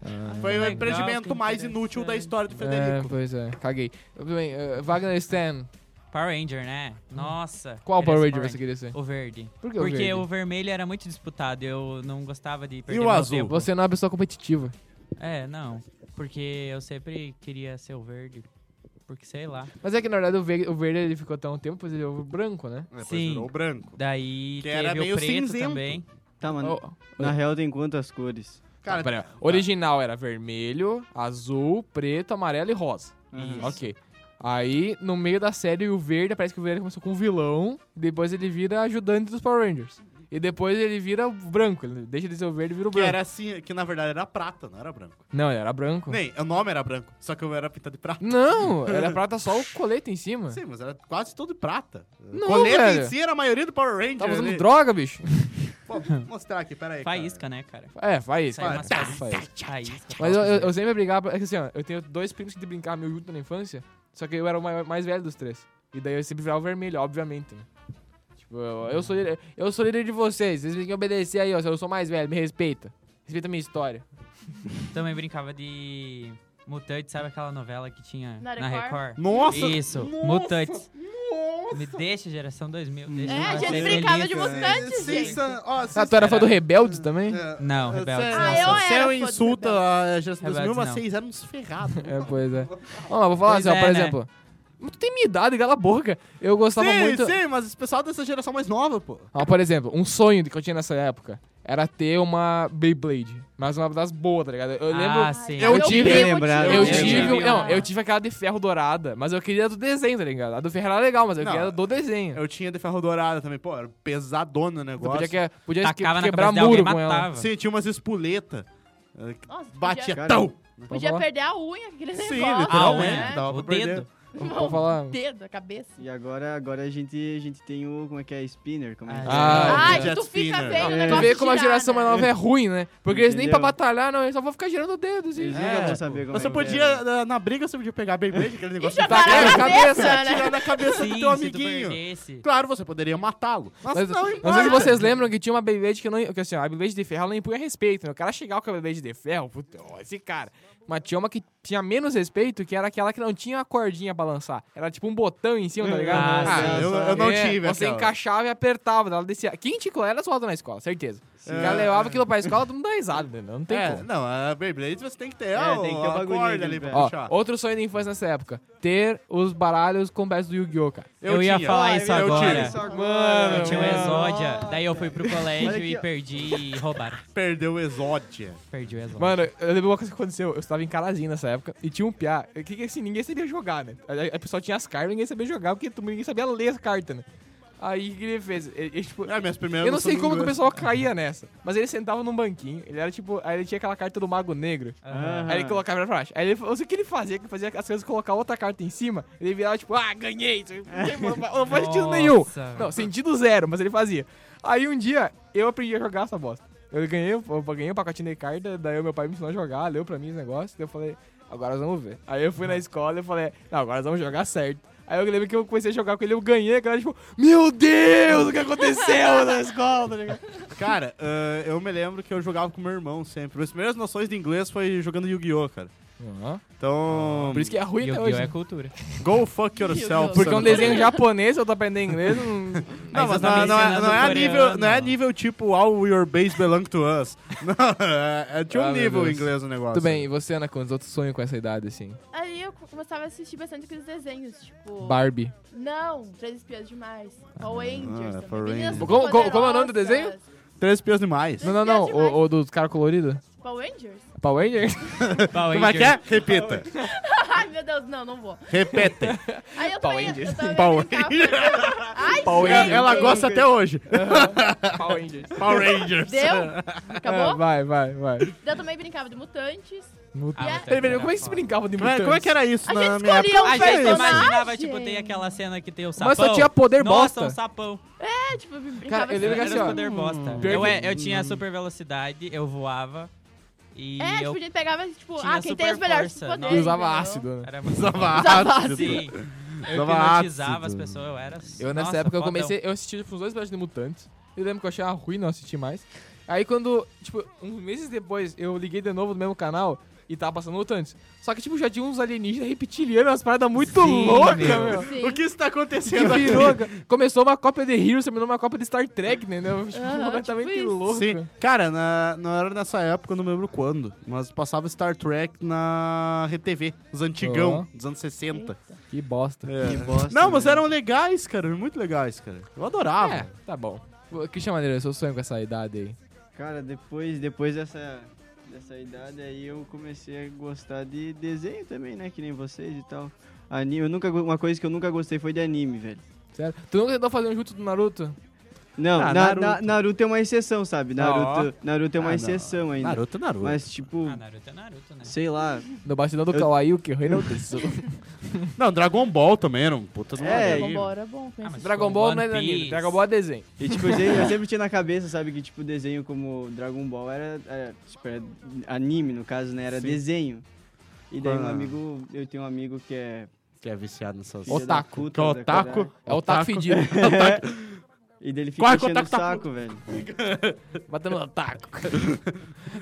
Speaker 2: Ah,
Speaker 3: Foi o
Speaker 5: Legal,
Speaker 3: empreendimento
Speaker 5: que
Speaker 3: mais inútil da
Speaker 5: interessante.
Speaker 3: história do
Speaker 2: É,
Speaker 3: Frederico.
Speaker 2: pois é, caguei. Tudo bem, eh, Wagner Stan,
Speaker 5: Power Ranger, né? Nossa.
Speaker 2: qual
Speaker 5: queria
Speaker 2: Power
Speaker 5: ser
Speaker 2: Ranger você queria ser?
Speaker 5: O verde.
Speaker 2: Por que o
Speaker 5: é Porque
Speaker 2: verde?
Speaker 5: o vermelho era muito disputado, eu não gostava de perder
Speaker 3: o
Speaker 5: meu
Speaker 3: azul?
Speaker 5: tempo.
Speaker 2: Você não é uma pessoa competitiva.
Speaker 5: É, não. Porque eu sempre queria ser o verde. Porque sei lá.
Speaker 2: Mas é que na verdade o verde, o verde ele ficou até um tempo, depois ele virou branco, né?
Speaker 3: Depois
Speaker 5: Sim.
Speaker 3: É, virou o branco.
Speaker 5: Daí
Speaker 3: Que
Speaker 5: teve
Speaker 3: era
Speaker 5: o
Speaker 3: meio
Speaker 5: preto
Speaker 3: cinzento.
Speaker 5: também.
Speaker 6: Tá, mano.
Speaker 2: Oh,
Speaker 6: Na real tem quantas cores?
Speaker 3: Cara, tá.
Speaker 2: Original era vermelho, azul, preto, amarelo e rosa.
Speaker 3: Uhum.
Speaker 6: Aham.
Speaker 2: Ok. Aí, no meio da série, o verde, parece que o verde começou com um vilão, depois ele vira ajudante dos Power Rangers. E depois ele vira o branco, ele deixa de ser o verde e vira o
Speaker 3: que
Speaker 2: branco.
Speaker 3: era assim, que na verdade era prata, não era branco.
Speaker 2: Não, ele era branco.
Speaker 3: Nem, o nome era branco, só que eu era pintado de prata.
Speaker 2: Não,
Speaker 3: *laughs*
Speaker 2: era prata só o colete em cima.
Speaker 3: Sim, mas era quase todo de prata.
Speaker 2: Não,
Speaker 3: Colete
Speaker 2: velho.
Speaker 3: em si era a maioria do Power Ranger.
Speaker 2: Tava usando
Speaker 3: ali.
Speaker 2: Tá droga, bicho.
Speaker 3: Pô, vou mostrar aqui, peraí. cara.
Speaker 5: Faísca, né, cara?
Speaker 2: É, faz isso.
Speaker 5: Saiu umas
Speaker 2: faz,
Speaker 5: faíscas.
Speaker 2: faz isso.
Speaker 5: Faísca.
Speaker 2: Mas eu, eu, eu sempre brigava. É que assim, ó, eu tenho dois primos que brincavam meu junto na infância, só que eu era o mai- mais velho dos três. E daí eu sempre virava o vermelho, obviamente, né? Tipo, eu, eu sou líder, eu sou líder de vocês, vocês têm que obedecer aí, ó. Eu sou mais velho, me respeita. Respeita a minha história.
Speaker 5: Também brincava de Mutantes, sabe aquela novela que tinha
Speaker 4: Na
Speaker 5: na
Speaker 4: Record?
Speaker 5: Record?
Speaker 3: Nossa!
Speaker 5: Isso,
Speaker 3: Nossa!
Speaker 5: Mutantes. Me deixa, geração 2000. Deixa
Speaker 4: É, a
Speaker 5: nós
Speaker 4: gente
Speaker 5: ser
Speaker 4: brincava de
Speaker 5: felizes.
Speaker 4: mutante, gente.
Speaker 2: Ah, tu
Speaker 3: é,
Speaker 2: era fã do Rebeldes também?
Speaker 5: Não, Rebeldes,
Speaker 4: Ah, eu
Speaker 3: Se
Speaker 4: era fã
Speaker 3: eu
Speaker 4: do
Speaker 3: insulta a geração
Speaker 5: Rebeldes,
Speaker 3: 2000,
Speaker 5: não.
Speaker 3: vocês eram uns ferrados.
Speaker 2: É, pois
Speaker 3: *laughs*
Speaker 2: é. Ó, mas vou falar
Speaker 5: Pois
Speaker 2: assim, ó,
Speaker 5: é,
Speaker 2: por
Speaker 5: né?
Speaker 2: exemplo. Mas tu tem minha idade, cala a boca. Eu gostava
Speaker 3: Sim,
Speaker 2: muito.
Speaker 3: sim, mas esse pessoal dessa geração mais nova, pô.
Speaker 2: Ó, por exemplo, um sonho que eu tinha nessa época era ter uma Beyblade. Mas uma das boas, tá ligado? Eu lembro.
Speaker 5: Ah, sim.
Speaker 2: eu
Speaker 4: Meu
Speaker 2: tive-
Speaker 4: primo
Speaker 6: lembrado,
Speaker 4: tinha.
Speaker 2: Eu
Speaker 5: Eu
Speaker 2: tive,
Speaker 5: tive
Speaker 2: um- não,
Speaker 5: uma.
Speaker 2: eu tive aquela de ferro dourada, mas eu queria a do desenho, tá ligado? A do ferro era legal, mas eu
Speaker 3: Não,
Speaker 2: queria a do desenho.
Speaker 3: Eu tinha de ferro dourada também. Pô, era pesadona
Speaker 2: É.
Speaker 3: o
Speaker 2: Eu
Speaker 3: negócio.
Speaker 2: podia, que, podia que-
Speaker 5: Tacava na
Speaker 2: quebrar
Speaker 5: cabeça de alguém
Speaker 2: muro
Speaker 5: e
Speaker 2: com ela.
Speaker 5: matava.
Speaker 3: Sim, tinha umas eh, espoletas.
Speaker 4: Nossa,
Speaker 3: Batia
Speaker 4: podia,
Speaker 6: Cara,
Speaker 3: tão!
Speaker 4: podia
Speaker 2: falar?
Speaker 4: perder a unha, aquele
Speaker 3: Sim,
Speaker 4: negócio.
Speaker 3: literalmente,
Speaker 4: né?
Speaker 3: dava
Speaker 5: Ah, é? O
Speaker 3: pra perder.
Speaker 5: dedo.
Speaker 2: Então, Vamos-
Speaker 4: Não,
Speaker 2: vamos falar.
Speaker 4: O dedo, a cabeça.
Speaker 6: E agora, agora a, gente, a gente tem o. Como é que é? Spinner? Como é que
Speaker 2: Ah,
Speaker 4: Ai,
Speaker 3: jet
Speaker 4: que tu fica
Speaker 3: spinner.
Speaker 4: vendo o
Speaker 6: Tu
Speaker 4: negócio
Speaker 2: Tu vê como a
Speaker 4: girar,
Speaker 2: geração
Speaker 4: né?
Speaker 2: mais nova é ruim, né? Porque eles nem pra
Speaker 6: Entendeu?
Speaker 2: batalhar, não, eles só vão ficar girando o dedo, assim.
Speaker 6: Eles nunca vão saber como
Speaker 3: Você
Speaker 6: é que é.
Speaker 3: podia, na- na briga, você podia pegar a Beyblade, aquele negócio
Speaker 4: jogar
Speaker 3: de tacar
Speaker 2: na cabeça,
Speaker 4: né?
Speaker 3: atirar na cabeça do
Speaker 5: Sim,
Speaker 3: teu
Speaker 5: se tu
Speaker 3: amiguinho.
Speaker 5: perdesse.
Speaker 3: Claro, você poderia matá-lo. Mas,
Speaker 2: Mas,
Speaker 3: não
Speaker 2: não sei
Speaker 3: importa.
Speaker 2: se vocês lembram que tinha uma Beyblade que não. Que, assim, ó, a Beyblade de ferro ela impunha respeito, né? O cara chegava com a Beyblade de ferro, puta, ó, esse cara. Mas tinha uma que tinha menos respeito, que era aquela que não tinha a cordinha pra lançar. Era tipo um botão em cima, tá ligado? é,
Speaker 5: Ah,
Speaker 6: sim.
Speaker 3: Hum, eu, eu não tive
Speaker 2: Você
Speaker 3: aquela.
Speaker 2: encaixava e apertava, ela descia. Quem te era zoado na escola, certeza. Se o
Speaker 3: É.
Speaker 2: cara levava aquilo pra escola, todo mundo dá risada, né? Não tem
Speaker 3: É,
Speaker 2: como.
Speaker 3: não, a Beyblade você tem que ter,
Speaker 6: É,
Speaker 3: ó,
Speaker 6: tem que ter um
Speaker 3: a
Speaker 6: bagulhinho
Speaker 3: corda
Speaker 6: ali,
Speaker 3: ali pra
Speaker 6: velho.
Speaker 2: Ó,
Speaker 3: puxar.
Speaker 2: outro sonho da infância nessa época. Ter os baralhos com peças do Yu-Gi-Oh! cara.
Speaker 5: Eu, ia
Speaker 3: tinha.
Speaker 5: falar isso
Speaker 3: eu
Speaker 5: agora.
Speaker 3: tinha.
Speaker 6: Isso agora.
Speaker 2: Mano,
Speaker 5: Eu tinha um
Speaker 2: mano.
Speaker 5: exódia, daí eu fui pro colégio
Speaker 6: Olha aqui,
Speaker 5: e
Speaker 6: ó.
Speaker 5: perdi e roubaram.
Speaker 3: Perdeu o Exódia.
Speaker 5: Perdi o exódia.
Speaker 2: Mano, eu lembro uma coisa que aconteceu. Eu estava em Carazinho nessa época e tinha um piá. Que, que assim, ninguém sabia jogar, né? A, a pessoa tinha as cartas, ninguém sabia jogar, porque tu- ninguém sabia ler as cartas, né? Aí o que ele fez? Ele- ele, tipo,
Speaker 3: É, minhas primeiras
Speaker 2: eu não sei
Speaker 3: noções
Speaker 2: como que o
Speaker 3: de inglês.
Speaker 2: pessoal caía nessa, mas ele sentava num banquinho, ele era tipo, aí ele tinha aquela carta do Mago Negro,
Speaker 5: Aham.
Speaker 2: aí ele colocava pra baixo. Aí ele, eu sei o que ele fazia, que ele fazia as coisas colocar outra carta em cima, ele virava tipo, ah, ganhei, isso aqui não faz- não faz sentido
Speaker 5: Nossa,
Speaker 2: nenhum.
Speaker 5: velho.
Speaker 2: Não, sentido zero, mas ele fazia. Aí um dia eu aprendi a jogar essa bosta. Eu ganhei, eu ganhei um pacotinho de carta, daí meu pai me ensinou a jogar, leu pra mim os negócios, daí eu falei, agora nós vamos ver. Aí eu fui na escola e falei, não, agora nós vamos jogar certo. Aí eu lembro que eu comecei a jogar com ele, eu ganhei, a galera tipo, meu Deus, o que aconteceu na escola, tá ligado?
Speaker 3: Cara, ah, eu me lembro que eu jogava com meu irmão sempre. Minhas primeiras noções de inglês foi jogando Yu-Gi-Oh, cara. Então,
Speaker 2: Por isso que é ruim até
Speaker 5: Yu-Gi-Oh!
Speaker 2: hoje.
Speaker 5: é
Speaker 2: né?
Speaker 5: cultura.
Speaker 3: go fuck yourself.
Speaker 4: Yu-Gi-Oh!
Speaker 2: Porque é *laughs* um
Speaker 3: Sabe?
Speaker 2: desenho japonês, eu tô aprendendo inglês, não...
Speaker 3: Não, mas
Speaker 5: Aí você tá
Speaker 3: não, não é,
Speaker 5: ensinando
Speaker 3: não é a
Speaker 5: coreano.
Speaker 3: nível, não é a nível tipo All Your Base Belong to Us. *laughs* Não, é, é de um
Speaker 2: Ah, meu
Speaker 3: nível
Speaker 2: Deus.
Speaker 3: inglês o negócio.
Speaker 2: *laughs* Tudo bem, e você, Ana Condes, outro sonho com essa idade, assim?
Speaker 4: Aí eu começava a assistir bastante aqueles desenhos, tipo...
Speaker 2: Barbie.
Speaker 4: Não, Três Espias Demais. Power Rangers.
Speaker 3: Ah,
Speaker 4: também.
Speaker 3: Power
Speaker 4: Meninas
Speaker 3: Rangers.
Speaker 2: Como- como- como é o nome do
Speaker 4: Poderosas.
Speaker 3: Três pias é demais.
Speaker 2: Não, não, não, o, o dos caras coloridos.
Speaker 4: Power Rangers? *laughs*
Speaker 2: Power Rangers?
Speaker 5: Power
Speaker 3: Como é que
Speaker 5: Rangers.
Speaker 3: é? Repita.
Speaker 4: Ai, meu Deus, não, não vou.
Speaker 3: Repita.
Speaker 4: Aí eu
Speaker 2: Power
Speaker 4: também...
Speaker 2: Rangers.
Speaker 4: Eu também
Speaker 3: Power
Speaker 4: brincava- Ai,
Speaker 2: Power
Speaker 4: gente.
Speaker 3: É, Ela gosta até hoje.
Speaker 2: Power Rangers.
Speaker 3: Power Rangers.
Speaker 4: Deu? Acabou?
Speaker 2: É, vai, vai, vai.
Speaker 4: Eu também brincava de mutantes. Yeah.
Speaker 5: Ah, mas
Speaker 2: Peraí, peraí,
Speaker 5: era
Speaker 2: como é que se
Speaker 5: foda.
Speaker 2: brincava de
Speaker 3: Como é,
Speaker 2: mutantes?
Speaker 3: como é que era isso
Speaker 4: A
Speaker 3: na
Speaker 4: gente
Speaker 3: minha
Speaker 4: escolhia um
Speaker 3: época?
Speaker 5: Ah, A gente
Speaker 4: personagem.
Speaker 5: imaginava, tipo, tem aquela cena que tem o sapão.
Speaker 2: Mas só tinha poder
Speaker 5: Nossa, um
Speaker 2: bosta.
Speaker 5: sapão.
Speaker 4: É, tipo, brincava
Speaker 2: Cara, eu lembro que
Speaker 5: Era
Speaker 4: assim.
Speaker 2: assim, ó,
Speaker 5: um poder bosta.
Speaker 2: Pior
Speaker 5: Eu,
Speaker 2: que-
Speaker 5: é- eu tinha super velocidade, eu voava.
Speaker 2: assim,
Speaker 5: E
Speaker 4: É,
Speaker 5: eu
Speaker 4: tipo, a gente pegava, tipo,
Speaker 5: tinha
Speaker 4: ah, quem tem
Speaker 5: super
Speaker 4: os melhores
Speaker 5: força,
Speaker 4: poderes.
Speaker 5: nossa.
Speaker 2: E usava
Speaker 4: entendeu?
Speaker 2: ácido, né?
Speaker 5: era muito
Speaker 3: Usava
Speaker 5: Sim. Eu
Speaker 3: Usava
Speaker 5: hipnotizava
Speaker 3: ácido.
Speaker 5: as pessoas, eu era.
Speaker 2: Eu nessa
Speaker 5: nossa,
Speaker 2: época eu
Speaker 5: fodão.
Speaker 2: comecei, eu assisti tipo, uns dois episódios de Mutantes. Eu lembro que eu achava ruim, não assisti mais. Aí quando, tipo, uns meses depois, eu liguei de novo no mesmo canal e tava passando Mutantes. Só que, tipo, já tinha uns alienígenas reptilianos, umas paradas muito
Speaker 5: Sim,
Speaker 2: loucas,
Speaker 5: meu.
Speaker 2: meu.
Speaker 4: Sim.
Speaker 3: O que está
Speaker 2: Que
Speaker 3: acontecendo aqui?
Speaker 2: virou, cara. Começou uma cópia de Heroes, terminou uma cópia de Star Trek, entendeu? Tipo,
Speaker 4: Aham,
Speaker 2: completamente
Speaker 4: Ah, tipo isso.
Speaker 2: louco.
Speaker 3: Sim. Cara, na, não era nessa época, eu não lembro quando, mas passava Star Trek na RTV, os antigão, dos anos 60.
Speaker 2: Que bosta.
Speaker 3: É.
Speaker 6: Que bosta,
Speaker 3: Não, mas
Speaker 6: né?
Speaker 3: eram legais, cara, eram muito legais, cara. Eu adorava.
Speaker 2: É, tá bom. Cristian Maneiro, seu sonho com essa idade aí.
Speaker 6: Cara, depois, depois dessa, dessa idade aí eu comecei a gostar de desenho também, né? Que nem vocês e tal. Anime, eu nunca, go- uma coisa que eu nunca gostei foi de anime, velho.
Speaker 2: Certo? Tu nunca tentou fazer um junto do Naruto?
Speaker 6: Não,
Speaker 3: Ah,
Speaker 6: na- na-
Speaker 3: Naruto.
Speaker 6: Naruto. é uma exceção, sabe? Naruto, Naruto é uma
Speaker 3: Ah, não.
Speaker 6: exceção ainda.
Speaker 3: Naruto, Naruto.
Speaker 6: Mas tipo,
Speaker 5: Ah, Naruto é Naruto, né?
Speaker 6: sei lá.
Speaker 2: No bastidor do
Speaker 6: Eu-
Speaker 2: Kawaii, o que reina é o Tetsu.
Speaker 3: Não, Dragon Ball também era um puta do
Speaker 6: É,
Speaker 3: anime.
Speaker 4: Dragon Ball era bom. assim.
Speaker 5: Ah,
Speaker 4: mas...
Speaker 5: mas
Speaker 2: Dragon
Speaker 5: como
Speaker 2: Ball
Speaker 5: One
Speaker 2: não é anime,
Speaker 5: Piece.
Speaker 2: Dragon Ball é desenho.
Speaker 6: E tipo, eu sempre- eu sempre tinha na cabeça, sabe? Que tipo, desenho como Dragon Ball era, era, tipo, era anime, no caso, né? Era desenho. E daí um
Speaker 3: Ah.
Speaker 6: amigo, eu tenho um amigo que é
Speaker 3: Que é viciado nessas...
Speaker 6: filha da
Speaker 2: Otaku.
Speaker 6: puta,
Speaker 3: Que é
Speaker 6: da
Speaker 3: otaku.
Speaker 6: caralho.
Speaker 2: É o taco
Speaker 3: Otaku.
Speaker 2: fedido.
Speaker 6: E daí ele fica
Speaker 2: Corre,
Speaker 6: enchendo o
Speaker 2: contato, tá-
Speaker 6: saco, velho.
Speaker 2: Batendo no taco.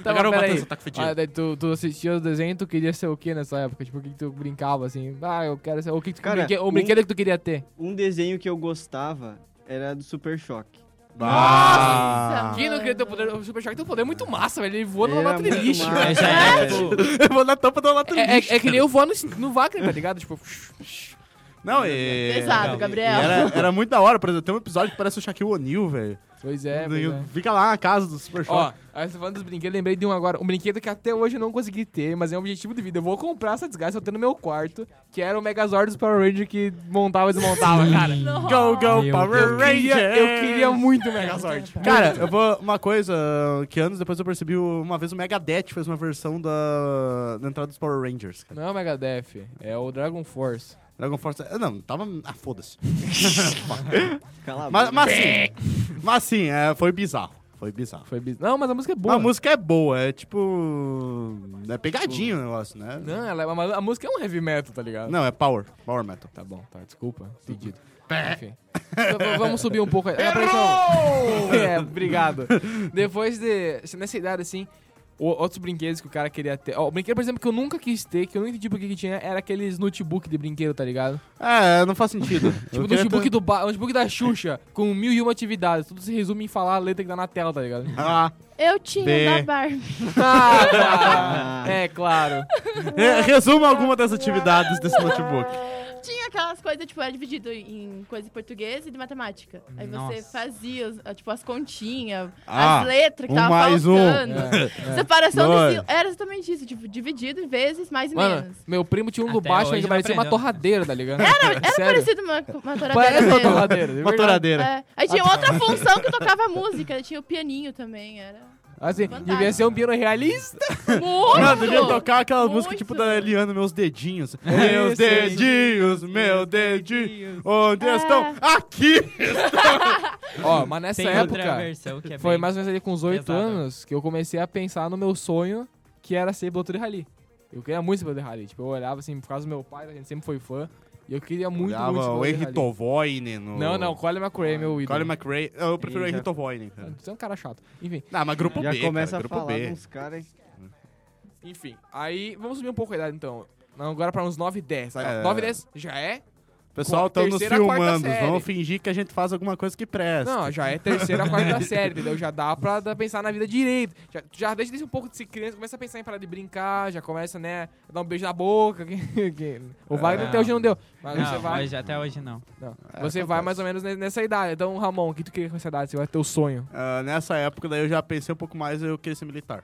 Speaker 2: tá,
Speaker 3: Agora
Speaker 2: mas
Speaker 3: eu bato
Speaker 2: peraí.
Speaker 3: nesse taco fedido.
Speaker 2: Ah, daí tu, tu assistia os desenhos, tu queria ser o que nessa época? Tipo, o que, que tu brincava assim? Ah, eu quero ser. O, que que tu-
Speaker 6: Cara,
Speaker 2: brinque- o
Speaker 6: um-
Speaker 2: brinquedo que tu queria ter?
Speaker 6: Um desenho que eu gostava era do Super Choque.
Speaker 4: Nossa,
Speaker 2: Quem não queria ter o
Speaker 4: mano.
Speaker 2: poder? O Super Shark tem um poder muito massa, velho. Ele voa
Speaker 3: é
Speaker 2: numa
Speaker 6: Era
Speaker 2: lata de
Speaker 6: é muito
Speaker 2: lixo.
Speaker 6: massa,
Speaker 5: Já era,
Speaker 3: tipo,
Speaker 6: velho.
Speaker 3: Eu vou na tampa da lata
Speaker 2: É, é, é que nem eu voar no, no Wagner, tá ligado? Tipo,
Speaker 3: é, Não, e...
Speaker 4: Pesado,
Speaker 3: E
Speaker 4: Gabriel.
Speaker 3: Era, era muito da hora, por exemplo, tem um episódio que parece o Shaquille O'Neal, velho.
Speaker 2: pois é, pois é.
Speaker 3: Fica lá na casa do Super
Speaker 2: Ó,
Speaker 3: Choque.
Speaker 2: aí você falando dos brinquedos, lembrei de um agora. Um brinquedo que até hoje eu não consegui ter, mas é um objetivo de vida. Eu vou comprar essa desgraça, eu tenho no meu quarto, que era o Megazord dos Power Ranger que montava e
Speaker 5: *laughs*
Speaker 2: desmontava, cara.
Speaker 4: Nossa.
Speaker 3: Go, go,
Speaker 5: Meu
Speaker 3: Power
Speaker 5: Deus.
Speaker 2: Eu
Speaker 3: Ranger!
Speaker 2: queria, eu queria muito o Megazord.
Speaker 3: Cara, eu vou. Uma coisa que anos depois eu percebi, uma vez o Megadeth fez uma versão da, da entrada dos Power Rangers. cara.
Speaker 2: Não é o Megadeth, é o Dragon Force.
Speaker 3: Dragon Force. ah, Não, tava. Ah, foda-se.
Speaker 6: Cala a
Speaker 3: Mas,
Speaker 6: boca.
Speaker 3: mas sim. Mas sim, é, foi bizarro. Foi bizarro.
Speaker 2: Foi bis... Não, mas a música é boa.
Speaker 3: A música é boa, é tipo. É pegadinho o negócio, né?
Speaker 2: Não, ela é- mas a música é um heavy metal, tá ligado?
Speaker 3: Não, é Power. Power Metal.
Speaker 2: Tá bom, tá, desculpa. Entendido. Enfim. V- v- Vamos subir um pouco. aí. Ah, peraí, então. *laughs* É, obrigado. Depois de. Nessa idade, assim, o- outros brinquedos que o cara queria ter. Ó, o brinquedo, por exemplo, que eu nunca quis ter, que eu não entendi por que que tinha, era aqueles notebook de brinquedo, tá ligado?
Speaker 3: É, não faz *laughs* sentido.
Speaker 2: Tipo,
Speaker 3: Eu
Speaker 2: o
Speaker 3: queria
Speaker 2: notebook,
Speaker 3: ter-
Speaker 2: do ba... o notebook da Xuxa, com mil e uma atividades. Tudo se resume em falar a letra que dá na tela, tá *laughs* ligado?
Speaker 3: Ah,
Speaker 4: Eu tinha
Speaker 3: B.
Speaker 4: um da Barbie. *laughs*
Speaker 2: Ah, tá. é claro.
Speaker 3: é, resuma alguma das atividades desse notebook.
Speaker 4: Tinha aquelas coisas, tipo, era dividido em coisa de português e de matemática. Aí você
Speaker 5: Nossa.
Speaker 4: fazia, os- tipo, as continhas,
Speaker 3: Ah,
Speaker 4: as letras que
Speaker 3: um
Speaker 4: tava
Speaker 3: mais um.
Speaker 2: É,
Speaker 4: faltando.
Speaker 2: é.
Speaker 4: Separação
Speaker 3: Dois.
Speaker 4: do estilo. Era exatamente isso, tipo, dividido em vezes, mais e
Speaker 2: Mano,
Speaker 4: menos.
Speaker 2: meu primo tinha um do
Speaker 5: Até
Speaker 2: baixo
Speaker 5: hoje
Speaker 2: que
Speaker 5: não
Speaker 2: parecia uma
Speaker 5: aprendeu.
Speaker 2: torradeira, tá ligado?
Speaker 4: É, Era, era
Speaker 2: Sério?
Speaker 4: parecido uma, uma toradeira
Speaker 2: Parece uma
Speaker 4: mesmo.
Speaker 2: torradeira. de verdade.
Speaker 3: Matoradeira.
Speaker 4: É. Aí tinha
Speaker 3: Ah, tá.
Speaker 4: outra função que tocava música, tinha o pianinho também,
Speaker 3: *laughs*
Speaker 4: era.
Speaker 2: Assim,
Speaker 4: Fantástico.
Speaker 2: devia ser um piano realista.
Speaker 4: É Muito!
Speaker 3: Não, devia tocar aquela
Speaker 4: Muito.
Speaker 3: música tipo da Eliana, meus dedinhos.
Speaker 2: Isso,
Speaker 3: meus dedinhos, meu dedinho. Onde
Speaker 4: É.
Speaker 3: estão? Aqui!
Speaker 2: Ó, mas nessa
Speaker 5: Tem
Speaker 2: época.
Speaker 5: outra versão que é
Speaker 2: Foi
Speaker 5: bem-
Speaker 2: mais ou menos ali com os oito
Speaker 5: pesada.
Speaker 2: anos que eu comecei a pensar no meu sonho, que era ser piloto de rally. Eu queria muito ser piloto de rally. Tipo, eu olhava assim, por causa do meu pai, a gente sempre foi fã. E eu queria muito,
Speaker 3: Olhava
Speaker 2: muito ser
Speaker 3: o
Speaker 2: piloto de
Speaker 3: Henry
Speaker 2: rally.
Speaker 3: Tovoinen. no-
Speaker 2: Não, não, Colin McRae, meu ídolo.
Speaker 3: Colin McRae. Eu prefiro o
Speaker 6: Ele
Speaker 3: Henry
Speaker 6: já-
Speaker 3: Tovoinen, cara.
Speaker 2: Você é um cara chato. Enfim,
Speaker 3: Não, mas grupo
Speaker 6: Já
Speaker 3: B,
Speaker 6: começa
Speaker 3: cara,
Speaker 6: a
Speaker 3: grupo
Speaker 6: falar
Speaker 3: B.
Speaker 6: uns caras.
Speaker 2: enfim. Aí, vamos subir um pouco a idade então. Não, agora pra uns 9 e 10. Aí, ó,
Speaker 3: É.
Speaker 2: 9 e 10 já é?
Speaker 3: Pessoal,
Speaker 2: Com a
Speaker 3: estão nos
Speaker 2: terceira, quarta
Speaker 3: filmando.
Speaker 2: série.
Speaker 3: Vamos fingir que a gente faz alguma coisa que presta.
Speaker 2: Não, já é terceira,
Speaker 3: *laughs*
Speaker 2: quarta série, entendeu? Já dá pra dar- pensar na vida direito. Já, já deixa desse um pouco de ser criança, começa a pensar em parar de brincar, já começa, né, a dar um beijo na boca. *laughs* que- que- o
Speaker 3: Ah,
Speaker 2: Wagner até hoje não deu. Mas você
Speaker 5: Não,
Speaker 2: vai.
Speaker 5: mas até hoje não.
Speaker 2: Não.
Speaker 3: é,
Speaker 2: você vai mais ou menos ne- nessa idade. Então, Ramon, o que tu queria com essa idade? Você vai ter o sonho.
Speaker 3: Ah, nessa época, daí eu já pensei um pouco mais, eu queria ser militar.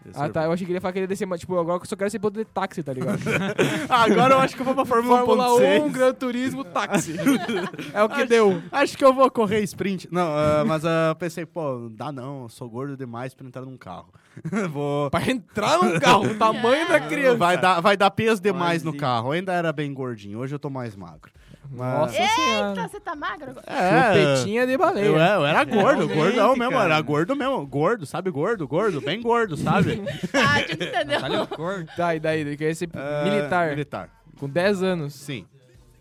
Speaker 3: Queria
Speaker 2: Ah,
Speaker 3: ser-
Speaker 2: tá. Eu achei que ele ia falar que ele ia descer, mas, tipo, agora eu só quero ser piloto de táxi, tá ligado?
Speaker 3: *laughs* Ah, *laughs* agora eu acho que eu vou pra Fórmula,
Speaker 2: Fórmula
Speaker 3: 1.6.
Speaker 2: 1, Gran Turismo,
Speaker 3: *laughs*
Speaker 2: táxi. é o que deu.
Speaker 3: Acho que eu vou correr sprint. Não, ah, mas ah, eu pensei, pô, não dá não, eu sou gordo demais pra entrar num carro. *laughs* vou...
Speaker 2: Pra entrar num carro, *laughs* o tamanho da
Speaker 3: É.
Speaker 2: criança.
Speaker 3: Vai dar, vai dar peso demais
Speaker 6: Mas
Speaker 3: no
Speaker 6: e-
Speaker 3: carro. Eu ainda era bem gordinho, hoje eu tô mais magro. Mas-
Speaker 2: Nossa senhora.
Speaker 4: Eita, você tá magro agora?
Speaker 3: É,
Speaker 2: Chupetinha de baleia.
Speaker 3: eu, eu era gordo,
Speaker 6: Realmente,
Speaker 3: gordão mesmo,
Speaker 6: cara.
Speaker 3: era gordo mesmo, gordo, sabe, gordo, gordo, bem
Speaker 2: *laughs*
Speaker 3: gordo, sabe?
Speaker 4: Ah, a gente entendeu.
Speaker 5: Olha o corpo.
Speaker 2: Tá, e daí? Eu queria ser
Speaker 3: Ah,
Speaker 2: militar.
Speaker 3: Militar,
Speaker 2: Com 10 anos.
Speaker 3: sim.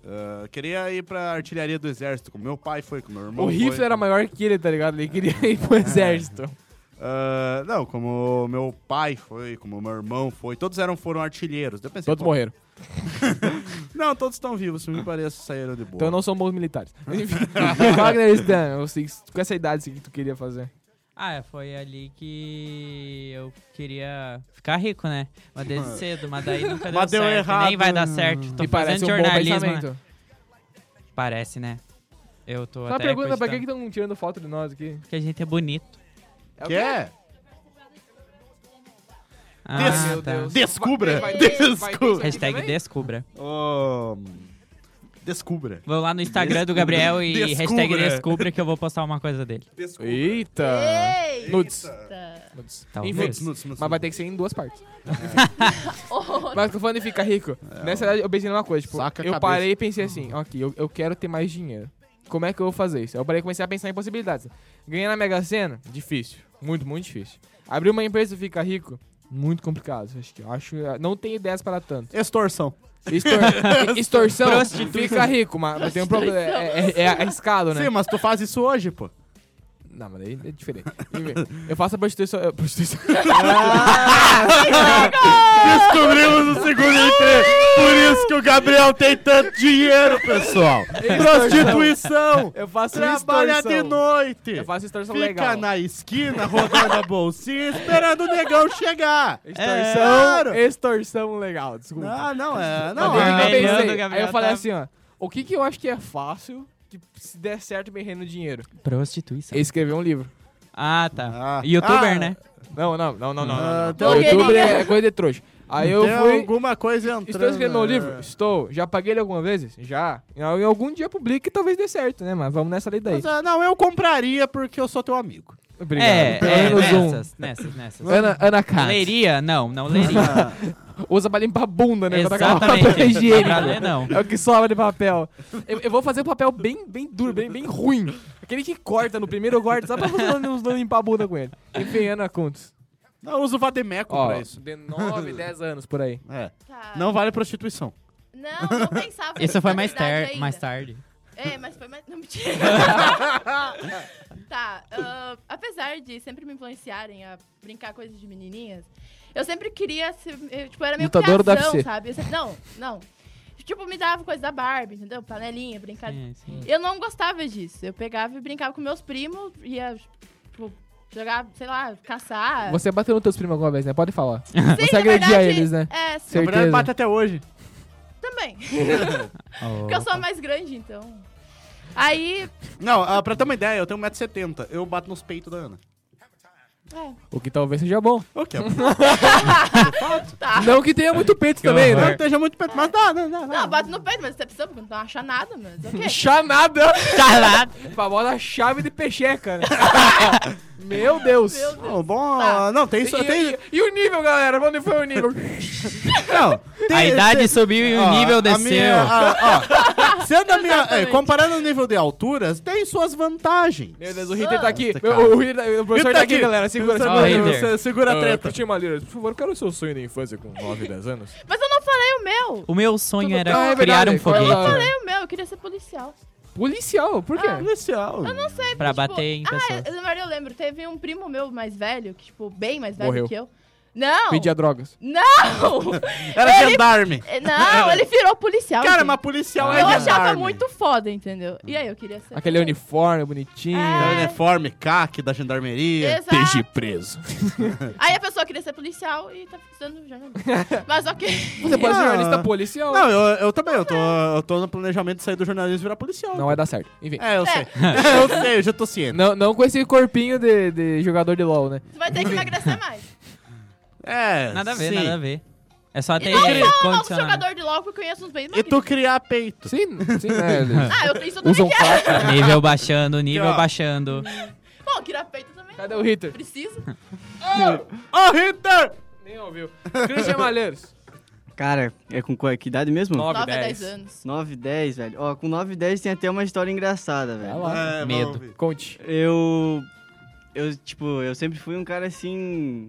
Speaker 3: Ah, queria ir pra artilharia do exército, com meu pai foi, com meu irmão
Speaker 2: O rifle
Speaker 3: foi.
Speaker 2: era maior que ele, tá ligado? Ele queria ir pro exército.
Speaker 3: Ah, não, como meu pai foi, como meu irmão foi, todos eram foram artilheiros. Daí Eu pensei,
Speaker 2: Todos
Speaker 3: pô,
Speaker 2: morreram.
Speaker 3: Não, todos estão vivos, se me parece, saíram de boa.
Speaker 2: Então não são bons
Speaker 3: *laughs*
Speaker 2: militares. Enfim. Wagner Stan, eu sei que com essa idade, assim, o que tu queria fazer?
Speaker 5: Ah, foi ali que eu queria ficar rico, né?
Speaker 2: *laughs*
Speaker 5: Mas desde cedo, mas daí nunca deu,
Speaker 3: Mas deu
Speaker 5: certo.
Speaker 3: errado.
Speaker 5: Nem vai dar certo. Tô
Speaker 2: Me
Speaker 5: fazendo
Speaker 2: parece um bom
Speaker 5: jornalismo.
Speaker 2: pensamento.
Speaker 5: né? Parece, né? Eu tô
Speaker 2: Só uma
Speaker 5: até
Speaker 2: pergunta, pra que
Speaker 5: cogitando.
Speaker 2: estão tirando foto de nós aqui?
Speaker 5: Porque a gente é bonito.
Speaker 2: É o quê?
Speaker 3: Quer?
Speaker 5: Ah,
Speaker 3: Des-
Speaker 2: meu Deus.
Speaker 3: Descubra!
Speaker 2: Vai- vai- vai-
Speaker 3: Descubra!
Speaker 2: vai-
Speaker 5: Hashtag
Speaker 2: também?
Speaker 5: descubra.
Speaker 3: Ahn, descubra.
Speaker 5: Vou lá no Instagram do Gabriel e
Speaker 3: Descubra.
Speaker 5: hashtag descubra que eu vou postar uma coisa dele.
Speaker 2: Eita!
Speaker 4: Eita!
Speaker 2: Nudes. Nudes.
Speaker 5: Talvez.
Speaker 2: Enfim,
Speaker 3: Nudes, nudes, nudes.
Speaker 2: mas vai ter que ser em duas partes. *laughs*
Speaker 4: Oh,
Speaker 2: Mas tô falando de ficar rico. Nessa idade eu pensei numa coisa, tipo,
Speaker 3: É, Saca a
Speaker 2: eu
Speaker 3: cabeça. Uhum.
Speaker 2: parei e pensei assim, ok, eu, eu quero ter mais dinheiro. Como é que eu vou fazer isso? Aí Eu parei e comecei a pensar em possibilidades. Ganhar na Mega Sena? Difícil. Muito, muito difícil.
Speaker 3: *laughs*
Speaker 2: Abrir uma empresa e ficar rico? Muito complicado. Acho que acho. Não tenho eh, ideias para tanto.
Speaker 3: Extorsão.
Speaker 2: Extor- extorsão
Speaker 5: Prostituta.
Speaker 2: fica rico, mas mas tem um problema. É, é- é arriscado, né?
Speaker 3: Sim, mas tu faz isso hoje, pô.
Speaker 2: Não, mas aí é diferente. Eu faço a prostituição. eu- prostituição.
Speaker 3: Descobrimos o segundo IP. Por isso que o Gabriel tem tanto dinheiro, pessoal. Prostituição.
Speaker 2: Eu faço
Speaker 3: Trabalha de
Speaker 2: extorsão.
Speaker 3: noite.
Speaker 2: Eu faço extorsão
Speaker 3: Fica
Speaker 2: É, legal.
Speaker 3: na esquina rodando a bolsinha esperando o negão chegar.
Speaker 2: Extorsão,
Speaker 3: É.
Speaker 2: extorsão legal, desculpa. Tá
Speaker 3: Não, não é.
Speaker 2: Mas
Speaker 3: Não,
Speaker 2: daí eu
Speaker 5: é.
Speaker 2: pensei,
Speaker 5: Melhorando, Gabriel,
Speaker 2: aí eu falei
Speaker 5: tá-
Speaker 2: assim, ó. O que que eu acho que é fácil, que se der certo me renda dinheiro?
Speaker 5: Prostituição.
Speaker 2: É escrever um livro.
Speaker 5: Ah, tá.
Speaker 3: Ah. Ah.
Speaker 5: Youtuber, né?
Speaker 2: Não, não, não, não, não.
Speaker 3: Ah,
Speaker 2: não,
Speaker 3: tem
Speaker 2: não.
Speaker 4: alguém-
Speaker 2: YouTube é coisa de trouxa. Aí eu
Speaker 3: Tem
Speaker 2: fui...
Speaker 3: alguma coisa entrando.
Speaker 2: Estou escrevendo meu livro?
Speaker 3: é.
Speaker 2: Estou. Já paguei ele algumas vezes? Já. Em al- em algum dia publique e talvez dê certo, né? Mas vamos nessa lei daí.
Speaker 3: Mas, ah, não, eu compraria porque eu sou teu amigo.
Speaker 2: Obrigado.
Speaker 5: É,
Speaker 2: Pelo
Speaker 5: é,
Speaker 2: menos um.
Speaker 5: nessas, nessas, nessas.
Speaker 2: Ana, Ana Katz.
Speaker 5: Leria? Não, não *laughs* leria.
Speaker 2: Usa pra limpar a bunda, né? Quando acaba o
Speaker 5: Exatamente. Tá
Speaker 2: papel higiênico.
Speaker 5: Pra ler, não.
Speaker 2: É o que sobra de papel. Eu, eu vou fazer um papel bem, bem duro, bem, bem ruim. Aquele que corta no primeiro, eu guardo só pra não, não- não limpar a bunda com ele. Enfim, Ana Kuntes.
Speaker 3: Não, eu uso Vademeco
Speaker 2: Ó,
Speaker 3: pra isso.
Speaker 2: de
Speaker 4: *laughs*
Speaker 2: 9, 10 anos por aí.
Speaker 3: É.
Speaker 4: Tá.
Speaker 3: Não vale prostituição.
Speaker 4: Não, não pensava.
Speaker 5: Isso foi
Speaker 4: na
Speaker 5: mais,
Speaker 4: verdade,
Speaker 5: tar
Speaker 4: ainda.
Speaker 5: mais tarde.
Speaker 4: É, mas foi mais.
Speaker 3: *laughs*
Speaker 4: Não, mentira. tá. ah, apesar de sempre me influenciarem a brincar coisas de menininhas, eu sempre queria. ser- eu, tipo, era meio
Speaker 2: Lutador do
Speaker 4: criação,
Speaker 2: UFC.
Speaker 4: sabe? Eu sempre- não, não. Tipo, me dava coisa da Barbie, entendeu? Panelinha, brincadeira.
Speaker 5: Sim, sim.
Speaker 4: Eu não gostava disso. Eu pegava e brincava com meus primos, ia, tipo, jogar, sei lá, caçar.
Speaker 2: Você bateu nos teus primos alguma vez, né? Pode falar.
Speaker 4: Sim,
Speaker 2: você
Speaker 4: na
Speaker 2: agredia
Speaker 4: verdade,
Speaker 2: eles, né?
Speaker 4: É, sim,
Speaker 3: Na verdade,
Speaker 2: Certeza.
Speaker 3: bate até hoje.
Speaker 4: também.
Speaker 5: Oh.
Speaker 4: Porque eu sou mais grande, então. Aí.
Speaker 3: Não, ah, pra ter uma ideia, eu tenho 1,70m. Eu bato nos peitos da Ana.
Speaker 4: É,
Speaker 2: O que talvez seja bom.
Speaker 3: O que?
Speaker 2: *laughs*
Speaker 4: tá.
Speaker 2: Não que tenha muito peito também,
Speaker 3: Não
Speaker 2: né?
Speaker 3: esteja muito perto, mas dá, né? dá, dá.
Speaker 4: Não, bato no peito, mas você precisa, porque não acha nada,
Speaker 2: *laughs*
Speaker 4: mas ok.
Speaker 2: Chanada! *laughs* Famosa chave de
Speaker 4: *laughs*
Speaker 2: pecheca, né? Meu Deus!
Speaker 4: Meu Deus.
Speaker 3: Não, bom,
Speaker 4: Tá.
Speaker 3: não, tem
Speaker 2: E,
Speaker 3: isso. Tem,
Speaker 2: e- e o nível, galera? Onde foi o nível?
Speaker 4: *laughs*
Speaker 3: não, tem-
Speaker 5: A idade
Speaker 3: tem-
Speaker 5: subiu e
Speaker 2: Ah,
Speaker 3: ó,
Speaker 5: o nível
Speaker 3: a
Speaker 5: desceu.
Speaker 3: minha- a- ó, sendo a minha. é,
Speaker 4: Exatamente.
Speaker 3: comparando o nível de alturas, tem suas vantagens.
Speaker 2: Meu Deus, o Ritter tá aqui.
Speaker 3: Nossa,
Speaker 2: Meu-
Speaker 3: cara.
Speaker 2: o, Ritter, tá- o professor tá aqui, galera. Segura, Ah,
Speaker 5: Professor
Speaker 2: segura.
Speaker 5: Ritter.
Speaker 3: Você Segura a treta.
Speaker 2: Tinha uma lira. Por favor, qual era o seu sonho da infância
Speaker 3: Ah.
Speaker 2: com 9, 10 anos?
Speaker 4: Mas eu não falei o meu.
Speaker 5: O meu sonho
Speaker 2: Tudo
Speaker 5: era
Speaker 2: bem. Ah, é
Speaker 5: criar
Speaker 2: verdade,
Speaker 5: um
Speaker 2: qual é
Speaker 4: Eu
Speaker 2: a-
Speaker 5: foguete
Speaker 4: falei o meu, eu queria ser policial.
Speaker 2: tá. Policial, por quê?
Speaker 3: Policial.
Speaker 4: Eu não sei,
Speaker 5: pra
Speaker 4: tipo,
Speaker 5: bater em pessoas.
Speaker 4: Ah, eu, na verdade, eu lembro, teve um primo meu mais velho, que, tipo, bem mais velho
Speaker 2: Morreu.
Speaker 4: que eu. Não!
Speaker 2: Pedia drogas.
Speaker 4: Não! *laughs*
Speaker 3: Era
Speaker 4: Ele-
Speaker 3: gendarme.
Speaker 4: Não, ele virou policial.
Speaker 3: Cara,
Speaker 4: gente.
Speaker 3: mas policial é
Speaker 4: Eu
Speaker 3: gendarme.
Speaker 4: achava muito foda, entendeu? E aí, eu queria ser.
Speaker 2: Aquele uniforme bonitinho.
Speaker 3: Ah.
Speaker 4: É.
Speaker 3: Uniforme, CAC da gendarmeria.
Speaker 4: Exato.
Speaker 3: preso.
Speaker 4: Aí a pessoa queria ser policial e tá
Speaker 2: *laughs*
Speaker 4: fazendo jornalista. Mas ok.
Speaker 2: Você pode ser
Speaker 3: Ah.
Speaker 2: Tipo assim, jornalista policial.
Speaker 3: Não, eu, eu também, eu tô, eu tô no planejamento de sair do jornalismo e virar policial.
Speaker 2: Não vai dar certo. Enfim.
Speaker 3: É, eu
Speaker 4: É.
Speaker 3: sei. *laughs* É, eu sei, eu já tô ciente.
Speaker 2: Não, não com esse corpinho de, de jogador de LOL, né?
Speaker 4: Você vai ter que
Speaker 2: *laughs*
Speaker 4: emagrecer mais.
Speaker 3: É,
Speaker 5: Nada a ver,
Speaker 3: sim.
Speaker 5: nada a ver. É só ter
Speaker 4: Eu sou um novo
Speaker 5: condicionado.
Speaker 4: jogador de LOL que eu conheço uns bem
Speaker 3: E tu
Speaker 4: magrinhos.
Speaker 3: criar peito.
Speaker 2: Sim, sim, né? Eles
Speaker 4: Ah, eu, isso eu também
Speaker 2: usam
Speaker 3: é
Speaker 4: quero.
Speaker 2: faca.
Speaker 5: Nível baixando, nível
Speaker 3: Aqui, ó.
Speaker 5: baixando.
Speaker 4: Bom, tirar peito também.
Speaker 2: Cadê o Ritter?
Speaker 4: Precisa.
Speaker 3: Ô, Ritter!
Speaker 2: Nem ouviu. Christian Malheiros.
Speaker 6: Cara, é com qual, que idade mesmo?
Speaker 2: 9,
Speaker 4: 9 a
Speaker 2: 10.
Speaker 4: 10 anos.
Speaker 6: 9, 10, velho. Ó, com 9, 10 tem até uma história engraçada, velho.
Speaker 3: É,
Speaker 5: Medo.
Speaker 3: vamos ouvir.
Speaker 2: Conte.
Speaker 6: Eu. Eu, tipo, eu sempre fui um cara assim.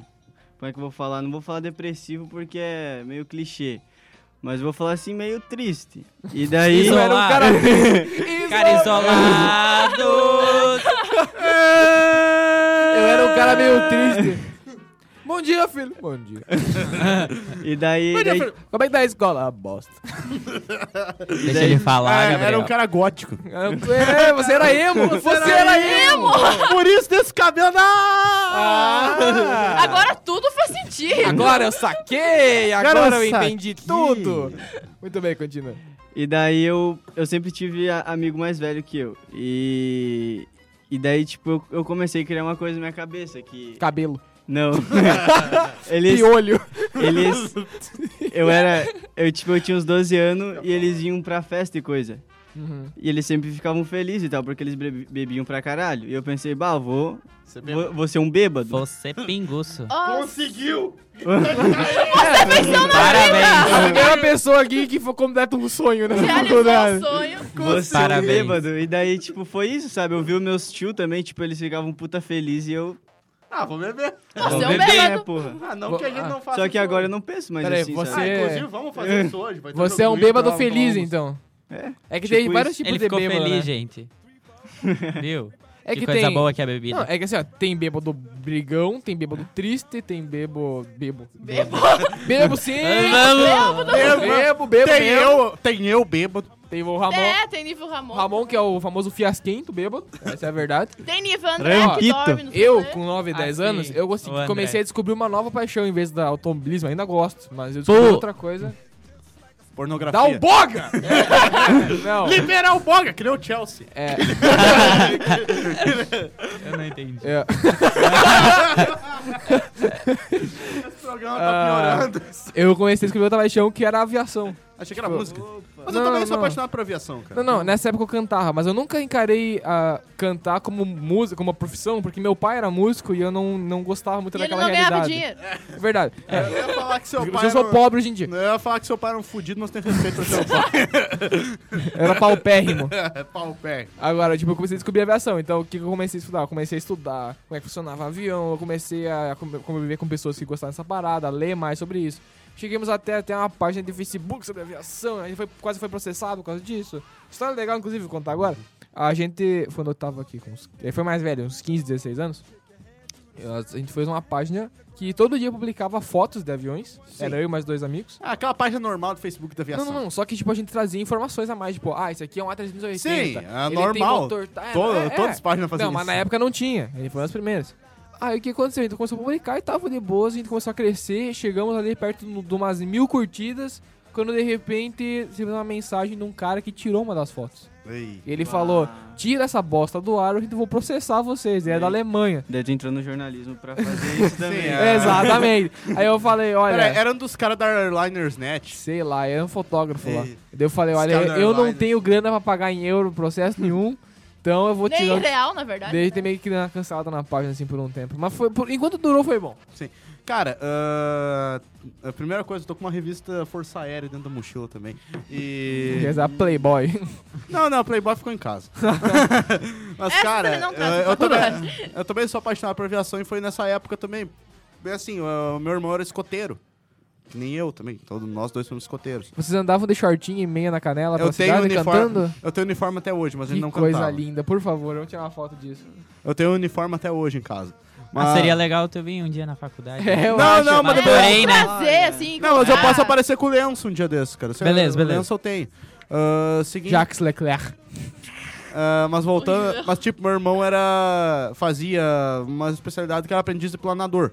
Speaker 6: Como é que eu vou falar? Não vou falar depressivo porque é meio clichê. Mas eu vou falar assim, meio triste. E daí.
Speaker 5: Isso é-
Speaker 2: Era um
Speaker 5: Isolado.
Speaker 2: cara...
Speaker 5: Cara isolado.
Speaker 2: Eu era um cara meio triste. *laughs* Bom dia, filho. Bom dia.
Speaker 6: e daí.
Speaker 2: Bom dia,
Speaker 6: daí-
Speaker 2: filho. Como é que tá a escola? Ah, bosta.
Speaker 5: Deixa ele falar,
Speaker 3: É, era
Speaker 5: Gabriel.
Speaker 3: um cara gótico.
Speaker 2: É, você era emo. *laughs* Você era emo.
Speaker 3: Por isso desse cabelo.
Speaker 2: Ah.
Speaker 4: Agora tudo faz sentido.
Speaker 2: Agora eu saquei. Agora,
Speaker 3: Agora eu
Speaker 2: eu entendi
Speaker 3: saquei.
Speaker 2: tudo. Muito bem, continua.
Speaker 6: E daí eu, eu sempre tive a- amigo mais velho que eu. E. E daí, tipo, eu, eu comecei a criar uma coisa na minha cabeça que.
Speaker 2: Cabelo.
Speaker 6: Não.
Speaker 2: E
Speaker 6: eles.
Speaker 2: olho.
Speaker 6: Eles. Eu era. Eu, tipo, eu tinha uns 12 anos e eles iam pra festa e coisa. E eles sempre ficavam felizes e tal, porque eles be- bebiam pra caralho. E eu pensei, bah, eu vou, vou, vou ser um bêbado.
Speaker 5: Você é pinguço.
Speaker 4: Ó,
Speaker 3: Conseguiu!
Speaker 5: Parabéns.
Speaker 2: A primeira pessoa aqui que foi completa um sonho nessa
Speaker 4: realizou o
Speaker 2: faculdade.
Speaker 4: sonho.
Speaker 6: Vou ser um
Speaker 5: Parabéns.
Speaker 6: bêbado. E daí, tipo, foi isso, sabe? Eu vi os meus tio também, tipo, eles ficavam puta felizes e eu
Speaker 3: Ah, vou beber.
Speaker 4: Nossa, eu
Speaker 2: bebê, né?
Speaker 6: É,
Speaker 4: um bêbado.
Speaker 6: porra.
Speaker 3: Ah, não
Speaker 2: Vou-
Speaker 3: que a gente
Speaker 2: ah.
Speaker 3: não faça
Speaker 6: Só que
Speaker 3: isso
Speaker 6: agora eu
Speaker 3: hoje.
Speaker 6: não penso mais
Speaker 2: Peraí,
Speaker 6: assim,
Speaker 3: Ah,
Speaker 2: você-
Speaker 6: sabe?
Speaker 3: inclusive, vamos fazer isso hoje. vai ter
Speaker 2: Você é um
Speaker 3: jogo livre,
Speaker 2: bêbado
Speaker 3: tá?
Speaker 2: feliz,
Speaker 3: Vamos.
Speaker 2: então.
Speaker 6: É.
Speaker 2: É que
Speaker 6: Tipo
Speaker 2: tem vários
Speaker 6: isso.
Speaker 2: tipos
Speaker 5: Ele
Speaker 2: de
Speaker 5: ficou
Speaker 2: bêbado,
Speaker 5: feliz,
Speaker 2: né?
Speaker 5: gente. Viu?
Speaker 2: É
Speaker 5: que
Speaker 2: que
Speaker 5: coisa
Speaker 2: tem...
Speaker 5: boa que *laughs* é a bebida.
Speaker 2: Não, é que assim, ó, tem bêbado brigão, tem bêbado triste, tem bêbado... Bebo.
Speaker 4: Bebo.
Speaker 2: Bebo, *laughs* sim!
Speaker 5: *laughs* Vamos!
Speaker 3: Bebo.
Speaker 2: Bebo, bebo,
Speaker 3: Tem
Speaker 2: bebo.
Speaker 3: eu, tem eu bêbado.
Speaker 2: Tem o Ramon.
Speaker 4: É, tem nível Ramon.
Speaker 2: O Ramon, que é o famoso fiasquento bêbado. Essa é a
Speaker 4: *laughs*
Speaker 2: verdade.
Speaker 4: Tem nível André, que
Speaker 6: Rampito.
Speaker 4: dorme no
Speaker 2: Eu,
Speaker 4: sofá.
Speaker 2: com 9, 10
Speaker 5: Ah, sim.
Speaker 2: anos, eu consegui-
Speaker 5: O André.
Speaker 2: comecei a descobrir uma nova paixão em vez da automobilismo. Ainda gosto, mas eu descobri
Speaker 5: Pô.
Speaker 2: outra coisa.
Speaker 3: Pornografia.
Speaker 2: Dá um boga! Não,
Speaker 3: *laughs* Liberar o Boga, que nem o Chelsea.
Speaker 2: é...
Speaker 5: Eu não entendi.
Speaker 2: é
Speaker 3: Esse programa
Speaker 2: Ah.
Speaker 3: tá piorando.
Speaker 2: eu comecei a descobrir outra paixão, que era a aviação.
Speaker 3: Achei que era música. Mas
Speaker 2: Não,
Speaker 3: eu também sou
Speaker 2: não.
Speaker 3: apaixonado por aviação, cara.
Speaker 2: Não, não, nessa época eu cantava, mas eu nunca encarei a cantar como música, como uma profissão, porque meu pai era músico e eu não, não gostava muito
Speaker 4: E ele
Speaker 2: daquela
Speaker 4: não ganhava
Speaker 2: realidade.
Speaker 4: dinheiro.
Speaker 2: Verdade.
Speaker 3: É, Eu ia falar que seu
Speaker 2: Inclusive, *laughs*
Speaker 3: pai. um-
Speaker 2: eu sou
Speaker 3: não-
Speaker 2: pobre hoje em dia.
Speaker 3: Eu ia falar que seu pai era um fudido, mas tem respeito pro
Speaker 2: *laughs*
Speaker 3: seu pai.
Speaker 2: Eu era paupérrimo.
Speaker 3: É pau pé.
Speaker 2: Agora, tipo, eu comecei a descobrir aviação. Então, o que que eu comecei a estudar? Eu comecei a estudar como é que funcionava avião, eu comecei a com- conviver com pessoas que gostavam dessa parada, a ler mais sobre isso. Chegamos até, até uma página de Facebook sobre aviação, a gente foi, quase foi processado por causa disso. História legal, inclusive, vou contar agora. A gente, quando eu tava aqui, com uns, eh, foi mais velho, uns 15, 16 anos, eu- a gente fez uma página que todo dia publicava fotos de aviões. Era eu e mais dois amigos.
Speaker 3: Ah, aquela página normal do Facebook da
Speaker 2: Não,
Speaker 3: aviação.
Speaker 2: não, não. Só que, tipo, a gente trazia informações a mais. Tipo, ah, esse aqui é um A380.
Speaker 3: Sim, é
Speaker 2: ele tem
Speaker 3: normal.
Speaker 2: motor, tá? É,
Speaker 3: Toda-
Speaker 2: é, é.
Speaker 3: Todas as páginas faziam
Speaker 2: Não, mas
Speaker 3: isso.
Speaker 2: na época não tinha. Ele foi uma das primeiras. Aí o que aconteceu? A gente começou a publicar e tava de boas, a gente começou a crescer, chegamos ali perto no- de umas mil curtidas, quando de repente recebemos uma mensagem de um cara que tirou uma das fotos.
Speaker 3: Ei.
Speaker 2: Ele falou, tira essa bosta do ar, ou eu vou processar vocês, e é da Alemanha.
Speaker 6: Daí tu entrou no jornalismo pra fazer isso também.
Speaker 3: Sim, é.
Speaker 2: Exatamente. Aí eu
Speaker 3: *laughs*
Speaker 2: falei, olha...
Speaker 3: Pera, era um dos caras da Airliners Net.
Speaker 2: Sei lá, era um fotógrafo lá.
Speaker 3: Ei.
Speaker 2: Daí eu falei,
Speaker 3: Esse
Speaker 2: olha,
Speaker 3: cara
Speaker 2: eu,
Speaker 3: da
Speaker 2: eu não
Speaker 3: Airlines.
Speaker 2: tenho grana pra pagar em euro processo nenhum, então eu vou
Speaker 4: Nem
Speaker 2: tirar...
Speaker 4: real, na verdade. né?
Speaker 2: Daí tem meio que deu uma cancelada na página, assim, por um tempo. Mas foi, por- enquanto durou, foi bom.
Speaker 3: Cara, ah, a primeira coisa, eu tô com uma revista Força Aérea dentro da mochila também. E.
Speaker 2: Quer dizer, Playboy. *laughs*
Speaker 3: Não, não, Playboy ficou em casa. Mas,
Speaker 4: Essa
Speaker 3: cara,
Speaker 4: também não tá
Speaker 3: eu,
Speaker 4: na
Speaker 3: eu também,
Speaker 4: faculdade.
Speaker 3: eu também sou apaixonado por aviação e foi nessa época também. Bem assim, o o meu irmão era escoteiro. Que nem eu também. Todos nós dois somos escoteiros.
Speaker 2: Vocês andavam de shortinho e meia Tá na canela
Speaker 3: Eu
Speaker 2: pra
Speaker 3: tenho,
Speaker 2: cidade
Speaker 3: uniforme,
Speaker 2: cantando?
Speaker 3: eu tenho uniforme até hoje, mas ele
Speaker 2: Que
Speaker 3: não
Speaker 2: coisa
Speaker 3: cantava.
Speaker 2: linda, por favor, vamos tirar uma foto
Speaker 3: *laughs*
Speaker 2: disso.
Speaker 3: Eu tenho uniforme até hoje em casa.
Speaker 5: Mas seria legal tu vir um dia na faculdade.
Speaker 2: É, eu
Speaker 3: Não,
Speaker 2: acho,
Speaker 3: não, mas
Speaker 4: É,
Speaker 5: mas-
Speaker 3: depois-
Speaker 5: Porém, né?
Speaker 4: prazer, assim.
Speaker 3: Não, mas eu
Speaker 4: comprar.
Speaker 3: posso aparecer com o lenço um dia desses, cara. Se eu-
Speaker 5: Beleza,
Speaker 3: o
Speaker 5: beleza.
Speaker 3: lenço eu tenho. Ah, seguinte,
Speaker 2: Jacques Leclerc.
Speaker 3: ah, mas voltando,
Speaker 4: Horrível.
Speaker 3: mas tipo, meu irmão era fazia uma especialidade que era aprendiz de planador.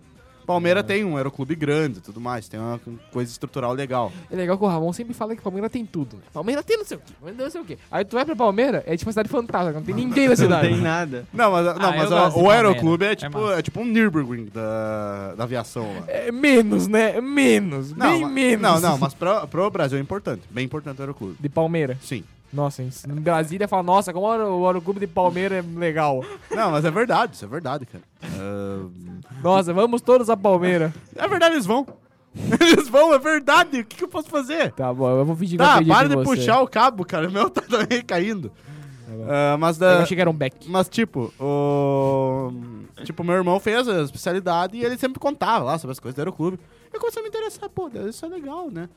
Speaker 3: Palmeira
Speaker 5: Ah.
Speaker 3: tem um aeroclube grande e tudo mais, tem uma coisa estrutural legal.
Speaker 2: É legal que o Ramon sempre fala que Palmeiras tem tudo. né? Palmeiras tem não sei o quê, Palmeiras tem não sei o quê. Aí tu vai pra Palmeiras, é tipo uma cidade fantástica, não tem ninguém na
Speaker 6: Não
Speaker 2: cidade.
Speaker 6: tem nada.
Speaker 3: Não, mas, não,
Speaker 5: Ah,
Speaker 3: mas
Speaker 5: eu
Speaker 3: a-
Speaker 5: gosto de
Speaker 3: o aeroclube é
Speaker 5: Palmeira. É
Speaker 3: tipo,
Speaker 5: massa.
Speaker 3: é tipo um Nürburgring da, da aviação lá.
Speaker 2: É, menos, né? Menos, bem
Speaker 3: mas-
Speaker 2: menos.
Speaker 3: Não, não, mas pra, pro Brasil é importante, bem importante o aeroclube.
Speaker 2: De Palmeira.
Speaker 3: Sim.
Speaker 2: Nossa, em em Brasília fala, nossa, como o o Aeroclube de Palmeira é legal.
Speaker 3: Não, mas é verdade, isso é verdade, cara. Ah,
Speaker 2: Nossa, vamos todos a Palmeira.
Speaker 3: É verdade, eles vão. *laughs* Eles vão, é verdade. O que, que eu posso fazer?
Speaker 2: Tá bom, eu vou fingir que eu
Speaker 3: Tá,
Speaker 2: acredito
Speaker 3: para
Speaker 2: em
Speaker 3: de
Speaker 2: você. Tá
Speaker 3: puxar o cabo, cara. O meu tá *laughs* também caindo.
Speaker 2: bom.
Speaker 3: Ah, mas, da-
Speaker 2: Eu achei que era um Beck.
Speaker 3: mas, tipo, o... Tipo, meu irmão fez a especialidade e ele sempre contava lá sobre as coisas do aeroclube. Eu comecei a me interessar, pô, isso é legal, né?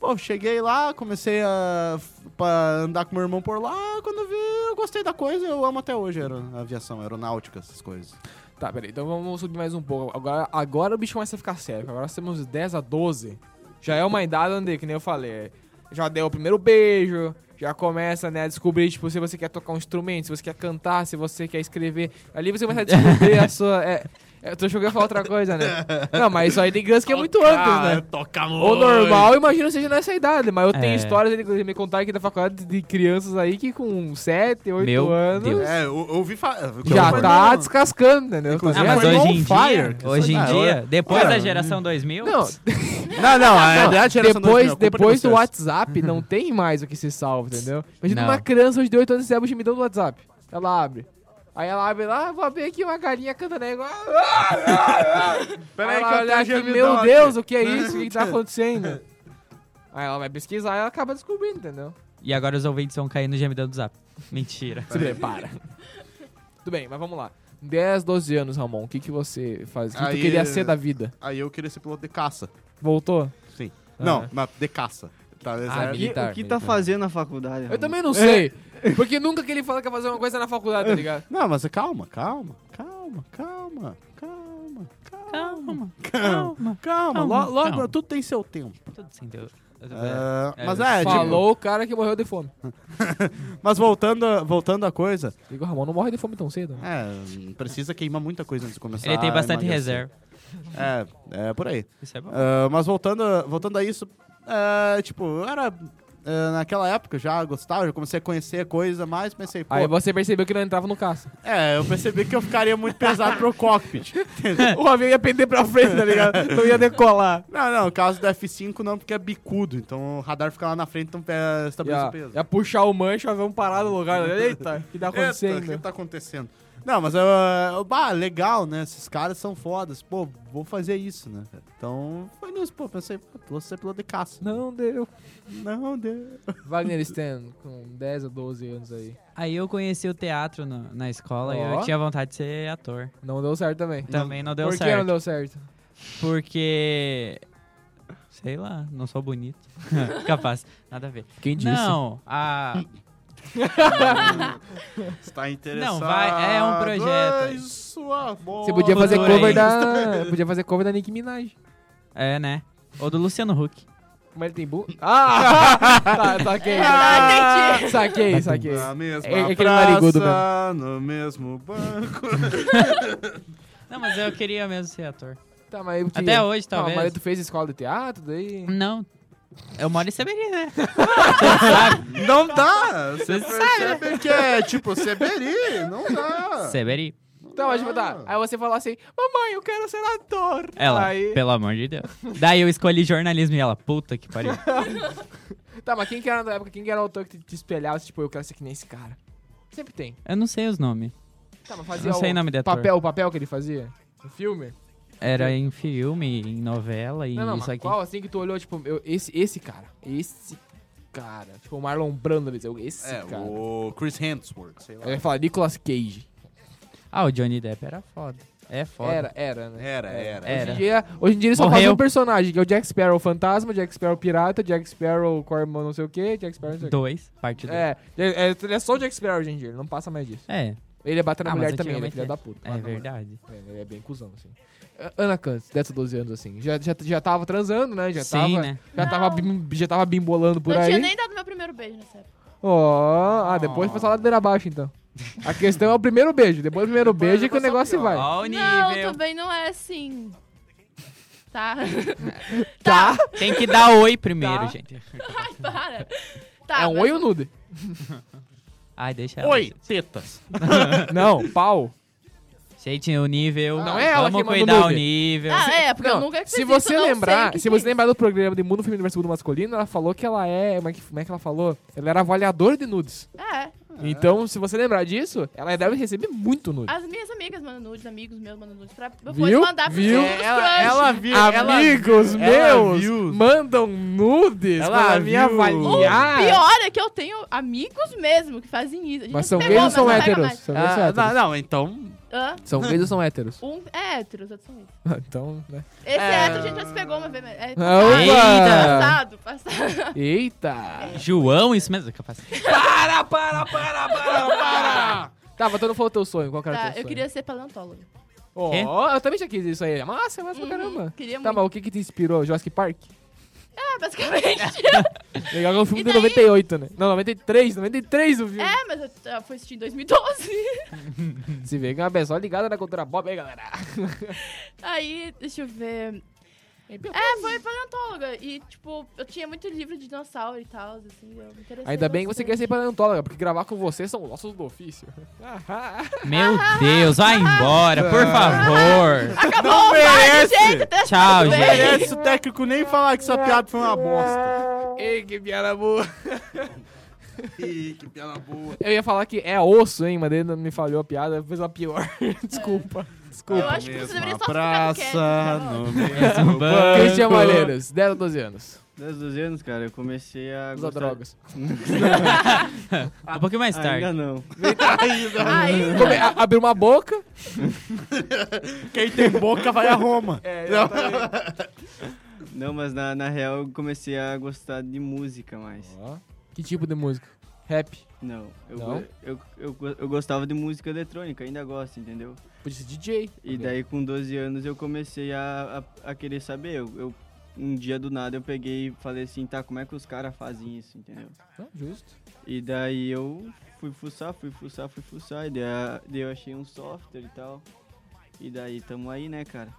Speaker 3: Pô, cheguei lá, comecei a pra andar com meu irmão por lá. Quando eu vi, eu gostei da coisa. Eu amo até hoje aero- aviação, aeronáutica, essas coisas.
Speaker 2: Tá, peraí, então vamos subir mais um pouco. Agora, agora o bicho começa a ficar sério. Agora nós temos 10 a 12. Já é uma idade onde, que nem eu falei, já deu o primeiro beijo, já começa, né, a descobrir, tipo, se você quer tocar um instrumento, se você quer cantar, se você quer escrever. Ali você começa a descobrir a sua... É, eu tô jogando pra outra coisa, né? Não, mas isso aí tem criança que é muito antes, né?
Speaker 3: Toca
Speaker 2: O normal, eu imagino seja nessa idade, mas eu tenho
Speaker 5: É.
Speaker 2: histórias, eles me contaram aqui da faculdade de crianças aí que com 7, 8
Speaker 5: Meu
Speaker 2: anos
Speaker 5: Deus.
Speaker 3: É, eu eu ouvi falar.
Speaker 2: já tá descascando, entendeu? Tá
Speaker 3: Inclusive,
Speaker 5: Ah, mas
Speaker 3: Foi
Speaker 5: hoje
Speaker 3: on
Speaker 5: em
Speaker 3: fire,
Speaker 5: dia,
Speaker 3: que
Speaker 5: hoje em
Speaker 3: isso aí.
Speaker 5: dia, depois
Speaker 3: olha,
Speaker 5: da geração 2000,
Speaker 2: Não,
Speaker 3: Não, não, a
Speaker 2: não,
Speaker 3: verdade era
Speaker 2: depois, depois do WhatsApp não tem mais o que se salva, entendeu? Imagina
Speaker 5: Não.
Speaker 2: uma criança hoje de 8 anos recebe o gemidão do WhatsApp. Ela abre. Aí ela abre lá, vou abrir aqui uma galinha cantando aí igual.
Speaker 3: Pera
Speaker 2: Aí ela olha aqui, Meu Deus, o que é isso? O que que tá acontecendo? Aí ela vai pesquisar e ela acaba descobrindo, entendeu?
Speaker 5: e É. agora os ouvintes vão cair no gemidão do zap. Mentira.
Speaker 2: Se prepara. *laughs* Tudo bem, mas vamos lá. 10, 12 anos, Ramon, o que, que você faz? O que
Speaker 3: Aí-
Speaker 2: tu queria ser da vida?
Speaker 3: Aí eu queria ser piloto de caça.
Speaker 2: Voltou?
Speaker 3: Sim.
Speaker 2: Ah.
Speaker 3: Não, mas de caça. Tá,
Speaker 2: Ah,
Speaker 3: exército.
Speaker 6: E
Speaker 2: militar,
Speaker 6: o que tá
Speaker 2: militar.
Speaker 6: fazendo na faculdade?
Speaker 2: Eu também não sei. Porque nunca que ele fala que vai fazer uma coisa na faculdade, tá ligado?
Speaker 3: Não, mas calma, calma, calma, calma, calma, calma,
Speaker 5: Calma,
Speaker 3: calma, calma.
Speaker 5: calma, calma,
Speaker 3: Lo- Logo,
Speaker 5: calma.
Speaker 3: tudo tem seu tempo.
Speaker 5: Tudo sem Deus.
Speaker 3: Ah,
Speaker 5: É,
Speaker 3: mas
Speaker 5: é,
Speaker 3: é, tipo,
Speaker 2: Falou o cara que morreu de fome.
Speaker 3: mas voltando, a- voltando à coisa,
Speaker 2: Digo, Ramon não morre de fome tão cedo. né?
Speaker 3: é, precisa queimar muita coisa antes de começar.
Speaker 5: Ele tem
Speaker 3: a
Speaker 5: bastante
Speaker 3: emagrecer.
Speaker 5: reserva.
Speaker 3: É, é por aí.
Speaker 5: Isso é bom.
Speaker 3: Ah, mas voltando, a- voltando a isso, é, tipo, eu era é, naquela época já gostava, já comecei a conhecer coisa mais, pensei, pô,
Speaker 2: Aí você percebeu que não entrava no caça.
Speaker 3: é, eu percebi que eu ficaria muito pesado pro *laughs* cockpit.
Speaker 2: o avião ia pender pra frente, tá *laughs* ligado? Não ia decolar.
Speaker 3: Não, não, no caso do F5 não, porque é bicudo, então o radar fica lá na frente, então é, estabiliza
Speaker 2: Ia,
Speaker 3: o peso.
Speaker 2: ia puxar o mancho, o avião parar no lugar. Eita, o que tá
Speaker 3: Eita, o
Speaker 2: acontecendo?
Speaker 3: que tá acontecendo? Não, mas eu, bah, legal, né? Esses caras são fodas. Pô, vou fazer isso, né? cara? Então, foi nisso, pô. Pensei, pô, vou ser piloto de caça.
Speaker 2: Não deu.
Speaker 3: Não, deu.
Speaker 2: Wagner Stan, com 10 ou 12 anos aí.
Speaker 5: Aí eu conheci o teatro no- na escola e
Speaker 2: Ó.
Speaker 5: eu tinha vontade de ser ator.
Speaker 2: Não deu certo também.
Speaker 5: Também não deu
Speaker 2: Por que
Speaker 5: certo.
Speaker 2: não deu certo?
Speaker 5: Porque. Sei lá, não
Speaker 2: *laughs*
Speaker 5: sou bonito. Capaz, nada a ver.
Speaker 2: Quem
Speaker 5: Não, a.
Speaker 3: Está Tá interessado.
Speaker 5: Não, vai- é um projeto.
Speaker 3: em sua
Speaker 2: Você podia
Speaker 5: Futuro
Speaker 2: fazer
Speaker 5: aí.
Speaker 2: cover da. Podia fazer cover da Nicki Minaj.
Speaker 5: É, né? Ou do Luciano Huck.
Speaker 2: Mas ele tem bu. Ah! tá, saquei.
Speaker 4: Ah, entendi.
Speaker 2: *laughs*
Speaker 5: Tá
Speaker 2: Saquei, saquei.
Speaker 3: Na mesma
Speaker 2: É- é aquele narigudo
Speaker 3: praça, no mesmo banco.
Speaker 5: Não, mas eu queria mesmo ser ator.
Speaker 2: Tá, mas eu
Speaker 5: Até hoje,
Speaker 2: Tá,
Speaker 5: talvez.
Speaker 2: mas tu fez escola de teatro, daí.
Speaker 5: Não. Eu moro em Seberi, né?
Speaker 3: Não dá. Você
Speaker 5: Você
Speaker 3: percebe que é tipo Seberi. Não
Speaker 2: Ah.
Speaker 3: dá.
Speaker 5: Seberi.
Speaker 2: Tá, mas tipo, tá. Aí você falou assim: Mamãe, eu quero ser ator.
Speaker 5: Ela,
Speaker 2: Aí.
Speaker 5: pelo amor de Deus. Daí eu escolhi jornalismo e ela, puta
Speaker 2: *laughs*
Speaker 5: que pariu.
Speaker 2: Tá, mas quem que era na época? Quem que era o autor que te, te espelhava? Tipo, eu quero ser que nem esse cara. Sempre tem.
Speaker 5: Eu não sei os nomes.
Speaker 2: Tá, mas fazia
Speaker 5: Não sei
Speaker 2: o
Speaker 5: nome de ator.
Speaker 2: papel, o papel que ele fazia? No filme?
Speaker 5: Era em filme, em novela e
Speaker 2: não, não,
Speaker 5: isso
Speaker 2: mas
Speaker 5: aqui.
Speaker 2: qual assim que tu olhou, tipo, eu- esse, esse cara. Esse cara. Tipo, o Marlon Brando, ele dizia, esse
Speaker 3: É,
Speaker 2: cara.
Speaker 3: o Chris Hemsworth. Sei lá.
Speaker 2: Eu ia falar Nicolas Cage.
Speaker 5: Ah, o Johnny Depp era foda. É foda.
Speaker 2: Era, era, né?
Speaker 3: Era, era.
Speaker 5: É.
Speaker 2: Hoje,
Speaker 5: Era.
Speaker 2: em dia, hoje em dia ele só
Speaker 5: Morreu.
Speaker 2: faz um personagem, que é o Jack Sparrow fantasma, Jack Sparrow pirata, Jack Sparrow cormão não sei o que, Jack Sparrow não sei o quê.
Speaker 5: Dois, parte dois.
Speaker 2: É, é, é- ele é só o Jack Sparrow hoje em dia, ele não passa mais disso.
Speaker 5: É,
Speaker 2: Ele é bater na
Speaker 5: Ah, mas
Speaker 2: mulher também, ele é
Speaker 5: antigamente
Speaker 2: filha
Speaker 5: é.
Speaker 2: da puta.
Speaker 5: é, verdade.
Speaker 2: É, ele é bem cuzão, assim. A- Ana Cantz, 10 ou 12 anos, assim. Já, já, já tava transando, né? Já
Speaker 5: Sim,
Speaker 2: tava,
Speaker 5: né?
Speaker 2: Já tava, bim- já tava bimbolando por
Speaker 4: não
Speaker 2: aí.
Speaker 4: tinha nem dado meu primeiro beijo nessa época.
Speaker 2: Ó, ah, depois foi só ladeira abaixo, então. A questão é o primeiro beijo. Depois do primeiro beijo é que o negócio vai.
Speaker 5: Ó o
Speaker 4: não,
Speaker 5: nível.
Speaker 4: também não é assim. Tá?
Speaker 3: *laughs*
Speaker 2: Tá?
Speaker 5: Tem que dar oi primeiro,
Speaker 2: Tá.
Speaker 5: gente.
Speaker 4: Ai, para. Tá,
Speaker 2: é um
Speaker 4: mas-
Speaker 2: oi ou nude?
Speaker 5: Ai, deixa ela. assim.
Speaker 3: Oi, tetas.
Speaker 2: Não, pau.
Speaker 5: Gente, o nível.
Speaker 2: Não é ela
Speaker 5: Vamos
Speaker 2: que manda o
Speaker 5: cuidar o
Speaker 2: nude.
Speaker 5: nível.
Speaker 4: Ah, é, porque eu
Speaker 2: Não,
Speaker 4: nunca
Speaker 2: se você
Speaker 4: fiz isso, não sei o
Speaker 2: lembrar,
Speaker 4: que
Speaker 2: se
Speaker 4: que
Speaker 2: você
Speaker 4: é.
Speaker 2: lembrar do programa de Mundo Feminino vs Mundo Masculino, ela falou que ela é, como é que, como é que ela falou? Ela era avaliadora de nudes.
Speaker 4: É,
Speaker 3: Ah.
Speaker 2: Então, se você lembrar disso, ela deve receber muito nude.
Speaker 4: as minhas amigas mandam nudes, amigos meus mandam nudes pra depois
Speaker 2: Viu?
Speaker 4: mandar pros
Speaker 2: Viu?
Speaker 3: É,
Speaker 4: meus crush.
Speaker 3: viu.
Speaker 4: Ah,
Speaker 2: Amigos
Speaker 3: ela
Speaker 2: meus
Speaker 3: viu.
Speaker 2: mandam nudes
Speaker 3: Ela
Speaker 2: para me
Speaker 3: viu.
Speaker 4: O
Speaker 2: avaliar.
Speaker 4: pior é que eu tenho amigos mesmo que fazem isso. A gente
Speaker 2: Mas são
Speaker 4: não pegou,
Speaker 2: gays ou são
Speaker 4: não pega
Speaker 2: héteros?
Speaker 4: mais.
Speaker 2: São gays ou são héteros?
Speaker 3: Ah, não, não, então.
Speaker 4: Hã?
Speaker 2: São gays
Speaker 3: Ah,
Speaker 2: ou são héteros?
Speaker 4: Um é hétero, os outros são gays.
Speaker 2: *laughs* Então, né?
Speaker 4: Esse
Speaker 3: É.
Speaker 4: é hétero a gente já se pegou uma vez. mas É
Speaker 2: Ah,
Speaker 4: passado, passado, passado.
Speaker 2: Eita!
Speaker 4: é.
Speaker 5: João, isso mesmo. Capaz.
Speaker 2: Para, para, para, para, para! Tá, mas tu não falou teu sonho, qual que era o teu
Speaker 4: Tá,
Speaker 2: sonho?
Speaker 4: eu queria ser paleontólogo. *laughs*
Speaker 2: Ó, eu também já quis isso aí. Massa, massa pra caramba.
Speaker 4: Uhum. Queria
Speaker 2: Tá,
Speaker 4: muito.
Speaker 2: mas o que que te inspirou? Jurassic Park?
Speaker 4: É,
Speaker 2: *laughs*
Speaker 4: basicamente.
Speaker 2: Legal que é um filme
Speaker 4: E
Speaker 2: de
Speaker 4: daí?
Speaker 2: 98, né? Não, 93, 93 o filme.
Speaker 4: é, mas eu, eu fui assistir em 2012.
Speaker 2: Se vê que é uma pessoa ligada na cultura pop, aí, galera.
Speaker 4: *laughs* Aí, deixa eu ver. É, foi paleontóloga. E, tipo, eu tinha muito livro de dinossauro e tal, assim, eu me interessei
Speaker 2: Ainda bem que você quer ser
Speaker 4: bastante.
Speaker 2: paleontóloga, porque gravar com você são ossos do ofício.
Speaker 5: Meu Deus, vai embora, por favor.
Speaker 4: Acabou,
Speaker 3: Não
Speaker 4: vai,
Speaker 3: merece.
Speaker 4: gente, tá
Speaker 5: Tchau,
Speaker 4: tudo bem.
Speaker 5: gente.
Speaker 3: Merece o técnico nem falar que essa piada foi uma bosta.
Speaker 2: *laughs* Ei, que piada
Speaker 3: *laughs*
Speaker 2: boa.
Speaker 3: Ih, que piada boa.
Speaker 2: Eu ia falar que é osso, hein, mas ele não me falhou a piada, fez a pior. *laughs* Desculpa. Desculpa.
Speaker 4: Eu acho que você deveria só ficar
Speaker 3: praça,
Speaker 2: *laughs*
Speaker 4: quieto,
Speaker 2: um
Speaker 3: no
Speaker 4: tá bom?
Speaker 5: Um
Speaker 3: mesmo banco.
Speaker 2: Cristian Malheiros, 10 ou 12 anos.
Speaker 6: 10, 12 anos, cara, eu comecei a.
Speaker 2: Usar
Speaker 6: gostar- Ah,
Speaker 2: drogas.
Speaker 5: Um pouquinho mais tarde.
Speaker 6: Ainda não.
Speaker 2: *laughs*
Speaker 4: Aí,
Speaker 2: Come- a- abrir uma boca.
Speaker 3: Quem tem boca vai a Roma.
Speaker 6: Não, mas na, na real eu comecei a gostar de música mais.
Speaker 2: Que tipo de música? Rap.
Speaker 6: Não. Eu,
Speaker 2: Não?
Speaker 6: go- Eu, eu, go- eu gostava de música eletrônica, ainda gosto, entendeu?
Speaker 2: Podia ser DJ.
Speaker 6: E daí com 12 anos eu comecei a, a, a querer saber. Eu, eu- um dia do nada eu peguei e falei assim, tá, como é que os caras fazem isso, entendeu?
Speaker 2: Não, Então, justo.
Speaker 6: E daí eu fui fuçar, fui fuçar, fui fuçar. E daí, a- daí eu achei um software e tal. E daí tamo aí, né, cara?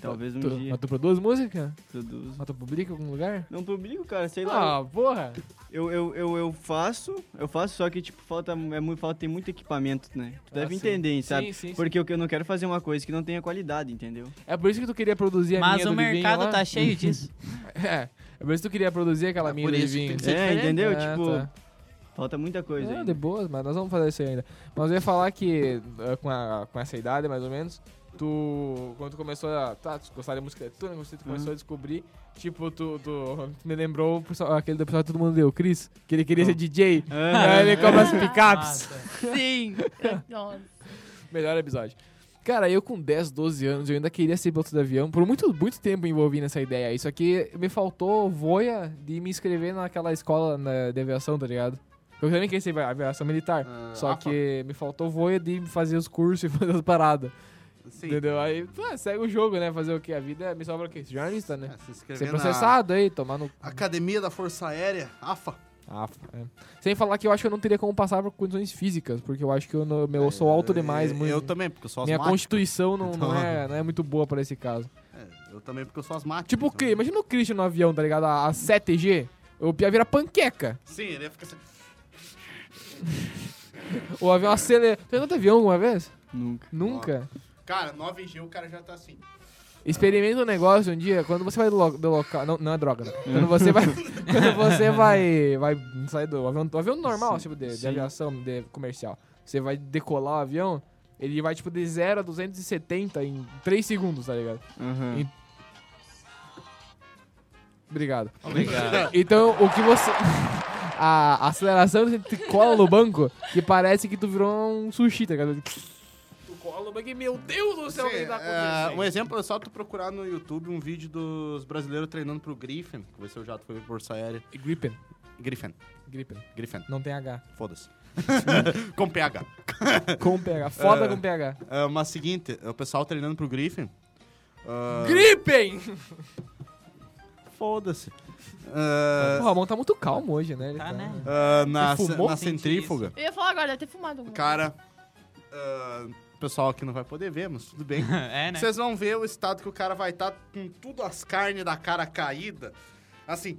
Speaker 6: Talvez um
Speaker 2: tu,
Speaker 6: dia
Speaker 2: Mas tu produz música?
Speaker 6: produza.
Speaker 2: Mas tu publica em algum lugar?
Speaker 6: Não publico, cara, sei lá.
Speaker 2: Ah, porra.
Speaker 6: Eu, eu, eu, eu faço, eu faço, só que, tipo, falta, é muito, falta tem muito equipamento, né? Tu deve
Speaker 2: Ah, sim.
Speaker 6: entender, sabe?
Speaker 2: Sim, sim, sim.
Speaker 6: Porque eu, eu não quero é fazer uma coisa que não tenha qualidade, entendeu?
Speaker 2: É por isso que tu queria produzir a
Speaker 5: Mas
Speaker 2: minha
Speaker 5: o
Speaker 2: do Livinho
Speaker 5: mercado
Speaker 2: lá?
Speaker 5: tá cheio disso.
Speaker 2: *laughs* É. É por isso que tu queria produzir aquela minha
Speaker 7: por
Speaker 2: do
Speaker 7: isso que
Speaker 2: Livinho.
Speaker 7: tem que
Speaker 6: É, entendeu?
Speaker 2: Ah,
Speaker 6: tipo,
Speaker 2: tá.
Speaker 6: falta muita coisa
Speaker 2: Ah,
Speaker 6: ainda.
Speaker 2: de boas, mas nós vamos fazer isso aí ainda. Mas eu ia falar que eh, com, a- com essa idade, mais ou menos, tu. Quando tu começou a. Tá, tu gostava de música eletrônica, você tu começou a descobrir. Tipo, tu, tu me lembrou o pessoal- aquele do pessoal que todo mundo deu, o Chris, que ele queria ser DJ.
Speaker 6: Ah,
Speaker 2: Aí ele compra as picapes.
Speaker 5: Nossa.
Speaker 4: sim. Nossa.
Speaker 2: Melhor episódio. Cara, eu com 10, 12 anos, eu ainda queria ser piloto de avião. Por muito, muito tempo me envolvi nessa ideia. Isso aqui me faltou voia de me inscrever naquela escola na, de aviação, tá ligado? Eu também queria ser avia- aviação militar. só que me faltou voia de fazer os cursos e *laughs* fazer as paradas. Entendeu? Aí, ah, segue o jogo, né? Fazer o quê? A vida me sobra o quê? Ser Jornalista, né?
Speaker 3: Ah, se inscrever
Speaker 2: Ser processado aí, tomar no.
Speaker 3: Na Academia da Força Aérea, AFA.
Speaker 2: Ah, f- é. Sem falar que eu acho que eu não teria como passar por condições físicas, porque eu acho que eu, não- meu, eu sou alto demais,
Speaker 3: eu,
Speaker 2: muito.
Speaker 3: É, Eu também, porque eu sou
Speaker 2: Minha
Speaker 3: asmático.
Speaker 2: constituição não, não,
Speaker 3: Então-
Speaker 2: é, não é muito boa pra esse caso.
Speaker 3: É, eu também, porque eu sou asmático.
Speaker 2: Tipo o
Speaker 3: então-
Speaker 2: Cri, imagina o Christian no avião, tá ligado? A, a 7G. O Pia vira panqueca.
Speaker 3: Sim, ele ia ficar assim.
Speaker 2: O avião acelera. Tu andou de avião alguma vez?
Speaker 6: Nunca.
Speaker 2: Nunca.
Speaker 3: Cara, 9G o cara já tá assim.
Speaker 2: Experimenta um negócio um dia, quando você vai do, lo- do local. Não, não é droga, né? Quando você
Speaker 3: *laughs*
Speaker 2: vai. *laughs* quando você vai. Vai sair do avião. do avião normal, tipo, de, de aviação, de comercial. Você vai decolar o avião, ele vai, tipo, de 0 a 270 em 3 segundos, tá ligado?
Speaker 3: Uhum.
Speaker 6: Aham.
Speaker 2: E- Obrigado.
Speaker 7: Obrigado.
Speaker 2: *laughs* Então, o que você. *laughs* A aceleração você te cola no banco que parece que tu virou um sushi, tá ligado? Tu cola no banco e, meu Deus do céu, o que
Speaker 3: Sim,
Speaker 2: tá
Speaker 3: é,
Speaker 2: acontecendo?
Speaker 3: um exemplo é só tu procurar no YouTube um vídeo dos brasileiros treinando pro Griffin, que vai ser o jato que foi pro Força Aérea.
Speaker 2: Gripen.
Speaker 3: Griffin,
Speaker 2: Gripen.
Speaker 3: Griffin,
Speaker 2: Não tem
Speaker 5: *laughs*
Speaker 2: H.
Speaker 3: *laughs* foda-se. Com PH.
Speaker 2: Com PH. Foda
Speaker 3: É.
Speaker 2: com PH.
Speaker 3: É, mas seguinte, é o pessoal treinando pro Griffin. ah,
Speaker 2: Gripen!
Speaker 3: Foda-se. Ah,
Speaker 2: o Ramon tá muito calmo hoje, né? Ele
Speaker 5: Tá, né? *laughs*
Speaker 3: ah, na
Speaker 2: Você fumou?
Speaker 3: na
Speaker 5: Senti
Speaker 3: centrífuga.
Speaker 4: Eu ia falar agora, deve ter fumado algum.
Speaker 3: Cara, ah, o pessoal aqui não vai poder ver, mas tudo bem.
Speaker 5: É, né?
Speaker 3: Vocês vão ver o estado que o cara vai estar com tudo as carnes da cara caída. Assim.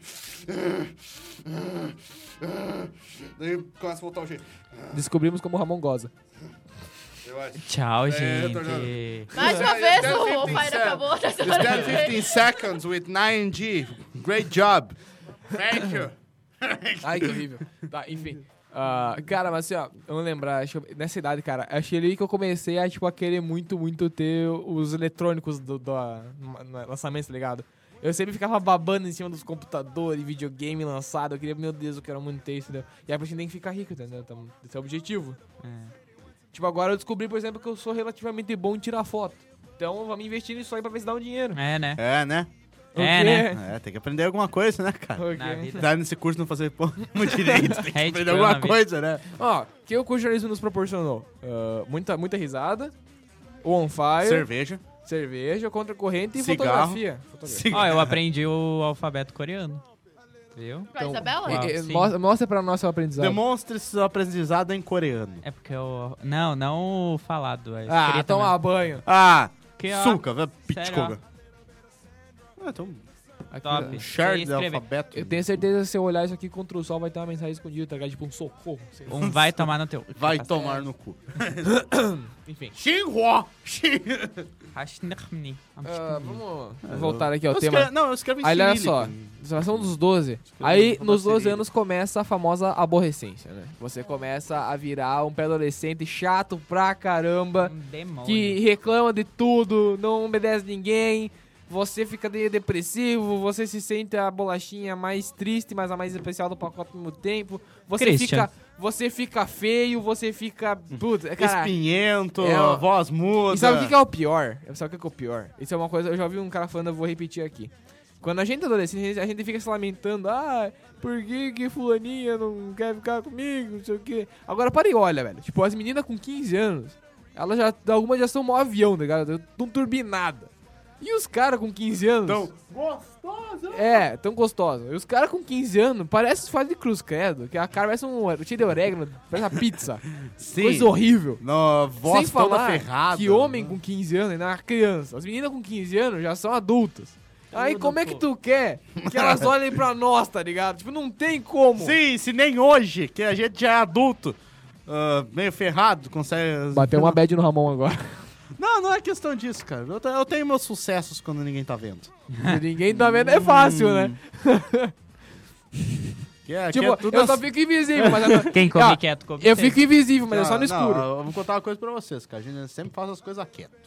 Speaker 3: Daí começa a voltar o jeito.
Speaker 2: Descobrimos como o Ramon goza.
Speaker 3: Eu
Speaker 5: *laughs*
Speaker 3: acho.
Speaker 5: Tchau,
Speaker 3: É, eu tô
Speaker 5: gente.
Speaker 4: Mais uma
Speaker 3: É,
Speaker 4: vez,
Speaker 3: deve ter
Speaker 4: o Fire
Speaker 3: sincero.
Speaker 4: acabou. Tá
Speaker 3: You spent 15 seconds with 9G. Great job. Thank you.
Speaker 2: Ai, que
Speaker 5: *laughs*
Speaker 2: horrível. Tá, enfim. Ah, cara, mas assim, ó, eu vou lembrar, acho que nessa idade, cara, achei ali que eu comecei a, tipo, a querer muito, muito ter os eletrônicos do, do ah, ma- na- lançamento, tá ligado? Eu sempre ficava babando em cima dos computadores, videogame lançado, eu queria, meu Deus, eu quero muito ter isso, entendeu? E aí a gente tem que ficar rico, entendeu? Então, esse é o objetivo. Tipo, agora eu descobri, por exemplo, que eu sou relativamente bom em tirar foto. Então, vamos investir nisso aí pra ver se dá um dinheiro.
Speaker 5: É, né?
Speaker 3: É, né?
Speaker 2: O
Speaker 5: É,
Speaker 2: quê? *laughs*
Speaker 3: É, tem que aprender alguma coisa, né, cara?
Speaker 2: O
Speaker 5: Na
Speaker 2: quê?
Speaker 5: vida.
Speaker 3: Tá nesse curso não fazer pão
Speaker 5: *laughs*
Speaker 3: direito. Tem que
Speaker 5: É,
Speaker 3: aprender
Speaker 5: tipo, na
Speaker 3: alguma
Speaker 5: vida.
Speaker 3: coisa, né?
Speaker 2: Ó, o que o curso de jornalismo nos proporcionou? Ah, muita, muita risada, o on fire,
Speaker 3: Cerveja.
Speaker 2: cerveja, contra corrente e
Speaker 3: Cigarro.
Speaker 2: fotografia. Fotografia.
Speaker 5: Ó, eu aprendi o alfabeto coreano. Viu?
Speaker 4: Com a Isabela?
Speaker 5: Uau,
Speaker 2: E- e-
Speaker 5: sim.
Speaker 2: mostra, mostra pra nós seu aprendizado.
Speaker 3: Demonstre seu aprendizado em coreano.
Speaker 5: É porque eu. Não, não o falado. É
Speaker 2: ah,
Speaker 5: escrito
Speaker 2: tomar
Speaker 5: mesmo.
Speaker 2: banho.
Speaker 3: Ah,
Speaker 5: Que ó,
Speaker 3: suca, velho.
Speaker 5: é? sério,
Speaker 3: Pitcoga. Ah, então,
Speaker 2: Aqui, é
Speaker 5: Top.
Speaker 2: ó.
Speaker 5: Sei
Speaker 3: share de
Speaker 5: escrever.
Speaker 3: alfabeto.
Speaker 2: Eu tenho certeza que se eu olhar isso aqui contra o sol vai ter uma mensagem escondida, tá ligado? Tipo um socorro. sei lá.
Speaker 5: Um vai tomar no teu.
Speaker 3: Vai
Speaker 2: Tá
Speaker 3: tomar no cu.
Speaker 2: Enfim.
Speaker 3: Xinhua! Xinhua.
Speaker 5: Hashnirmni.
Speaker 2: Ah, vamos voltar aqui ao
Speaker 3: Eu
Speaker 2: tema.
Speaker 3: escre- Não, eu escrevo em
Speaker 2: Aí olha
Speaker 3: cirílico.
Speaker 2: só, são dos 12. Aí
Speaker 3: vou
Speaker 2: nos
Speaker 3: dar
Speaker 2: 12
Speaker 3: cirílico.
Speaker 2: anos começa a famosa aborrecência, né? Você começa a virar um pré-adolescente chato pra caramba.
Speaker 5: Um demônio.
Speaker 2: que reclama de tudo, não obedece ninguém, Você fica de- depressivo, você se sente a bolachinha mais triste, mas a mais especial do pacote ao mesmo tempo. Você
Speaker 5: Christian.
Speaker 2: fica. Você fica feio, você fica. Puta, cara.
Speaker 3: Espinhento,
Speaker 2: É, ó.
Speaker 3: voz muda.
Speaker 2: E sabe o que que é o pior? Sabe o que que é o pior? Isso é uma coisa, eu já ouvi um cara falando, eu vou repetir aqui. Quando a gente é adolescente, a gente- a gente fica se lamentando, ah, por que que fulaninha não quer ficar comigo, não sei o quê. Agora para e olha, velho. Tipo, as meninas com 15 anos, elas já, algumas já são mó avião, tá ligado? Tão turbinada. E os caras com 15 anos...
Speaker 3: Então,
Speaker 2: É, tão gostosa. E os caras com 15 anos parecem os fazem de cruz, credo. Que a cara parece um cheio de orégano, parece uma pizza.
Speaker 3: Sim.
Speaker 2: Coisa horrível.
Speaker 3: No, voz
Speaker 2: Sem falar
Speaker 3: toda ferrada. né?
Speaker 2: que homem com 15 anos ainda é uma criança. As meninas com 15 anos já são adultas. Aí
Speaker 5: Tudo,
Speaker 2: como é que
Speaker 5: pô.
Speaker 2: tu quer que elas olhem pra nós, tá ligado? Tipo, não tem como.
Speaker 3: Sim, se nem hoje, que a gente já é adulto, ah, meio ferrado, consegue...
Speaker 2: Bateu uma bad no Ramon agora.
Speaker 3: Não, não é questão disso, cara. Eu, te- eu tenho meus sucessos quando ninguém tá vendo.
Speaker 2: *laughs* Ninguém tá vendo, é fácil, né?
Speaker 3: Que Hum, é, que
Speaker 2: Tipo,
Speaker 3: é tudo
Speaker 2: eu só
Speaker 3: assim.
Speaker 2: fico invisível, mas
Speaker 3: *laughs*
Speaker 2: agora-
Speaker 5: Quem come
Speaker 2: Ah,
Speaker 5: quieto, come
Speaker 2: Eu
Speaker 5: sem.
Speaker 2: fico invisível, mas é só no
Speaker 3: Ah, Não,
Speaker 2: escuro.
Speaker 3: Não, eu vou contar uma coisa pra vocês, cara. A gente sempre faz as coisas quieto.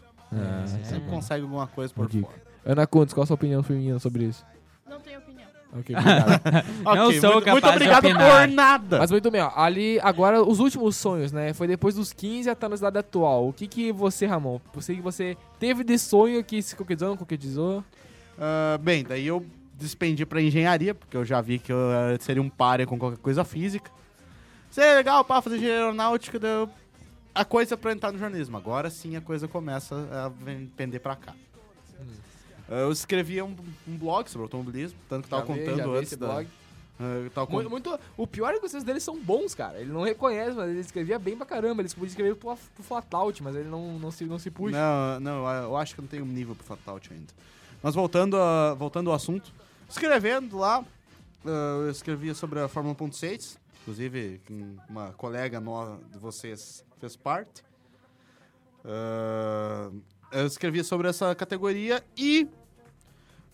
Speaker 3: sempre consegue alguma coisa por
Speaker 2: É, Dica.
Speaker 3: fora.
Speaker 2: Ana Kuntes, qual a sua opinião feminina sobre isso?
Speaker 4: Não tenho opinião.
Speaker 2: Ok, obrigado.
Speaker 5: Não
Speaker 3: Ok,
Speaker 5: sou
Speaker 3: muito, muito
Speaker 5: capaz de
Speaker 3: obrigado
Speaker 5: opinar.
Speaker 3: por nada.
Speaker 2: mas muito bem, ó, ali, agora os últimos sonhos, né? Foi depois dos 15 até na idade atual. O que que você, Ramon, você que você teve de sonho que se concretizou, não concretizou?
Speaker 3: Ah, bem, daí eu despendi pra engenharia, porque eu já vi que eu eh, seria um páreo com qualquer coisa física. Seria legal, pá, fazer engenharia aeronáutica, daí eu- a coisa é pra entrar no jornalismo. Agora sim a coisa começa a ven- pender pra cá.
Speaker 2: Hum.
Speaker 3: Ah, Eu escrevia um, um blog sobre automobilismo, tanto que tava
Speaker 2: Já vi, já
Speaker 3: contando
Speaker 2: vi
Speaker 3: antes
Speaker 2: esse
Speaker 3: da...
Speaker 2: blog.
Speaker 3: Ah, eu tava
Speaker 2: Mu-
Speaker 3: con-
Speaker 2: Muito, o pior é que os textos dele são bons, cara. Ele não reconhece, mas ele escrevia bem pra caramba. Ele podia escrever pro, pro Flatout, mas ele não, não, se, não se puxa.
Speaker 3: Não, não, eu acho que eu não tenho nível pro Fatality ainda. Mas voltando, a- voltando ao assunto, escrevendo lá, ah, eu escrevia sobre a Fórmula 1.6, inclusive com uma colega nova de vocês fez parte. Ah, eu escrevia sobre essa categoria e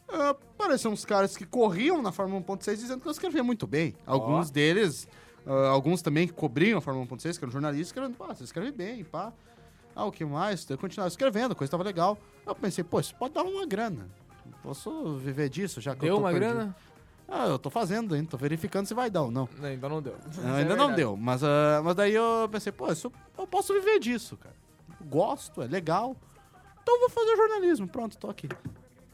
Speaker 3: ah, apareciam uns caras que corriam na Fórmula 1.6 dizendo que eu escrevia muito bem. Alguns deles, ah, alguns também que cobriam a Fórmula 1.6, que eram jornalistas, escrevendo, pá, você escreve bem, pá. Ah, o que mais? Eu continuava escrevendo, a coisa tava legal. Eu pensei, pô, isso pode dar uma grana. Posso viver disso já que eu
Speaker 2: Deu
Speaker 3: tô
Speaker 2: uma
Speaker 3: perdido.
Speaker 2: grana?
Speaker 3: Ah, eu tô fazendo ainda, tô verificando se vai dar ou não.
Speaker 2: Não, então não deu. Isso
Speaker 3: Ah,
Speaker 2: é
Speaker 3: ainda não
Speaker 2: verdade.
Speaker 3: deu, mas, ah, mas daí eu pensei, pô, isso, eu posso viver disso, cara. Eu gosto, é legal. Então eu vou fazer jornalismo, pronto, tô aqui.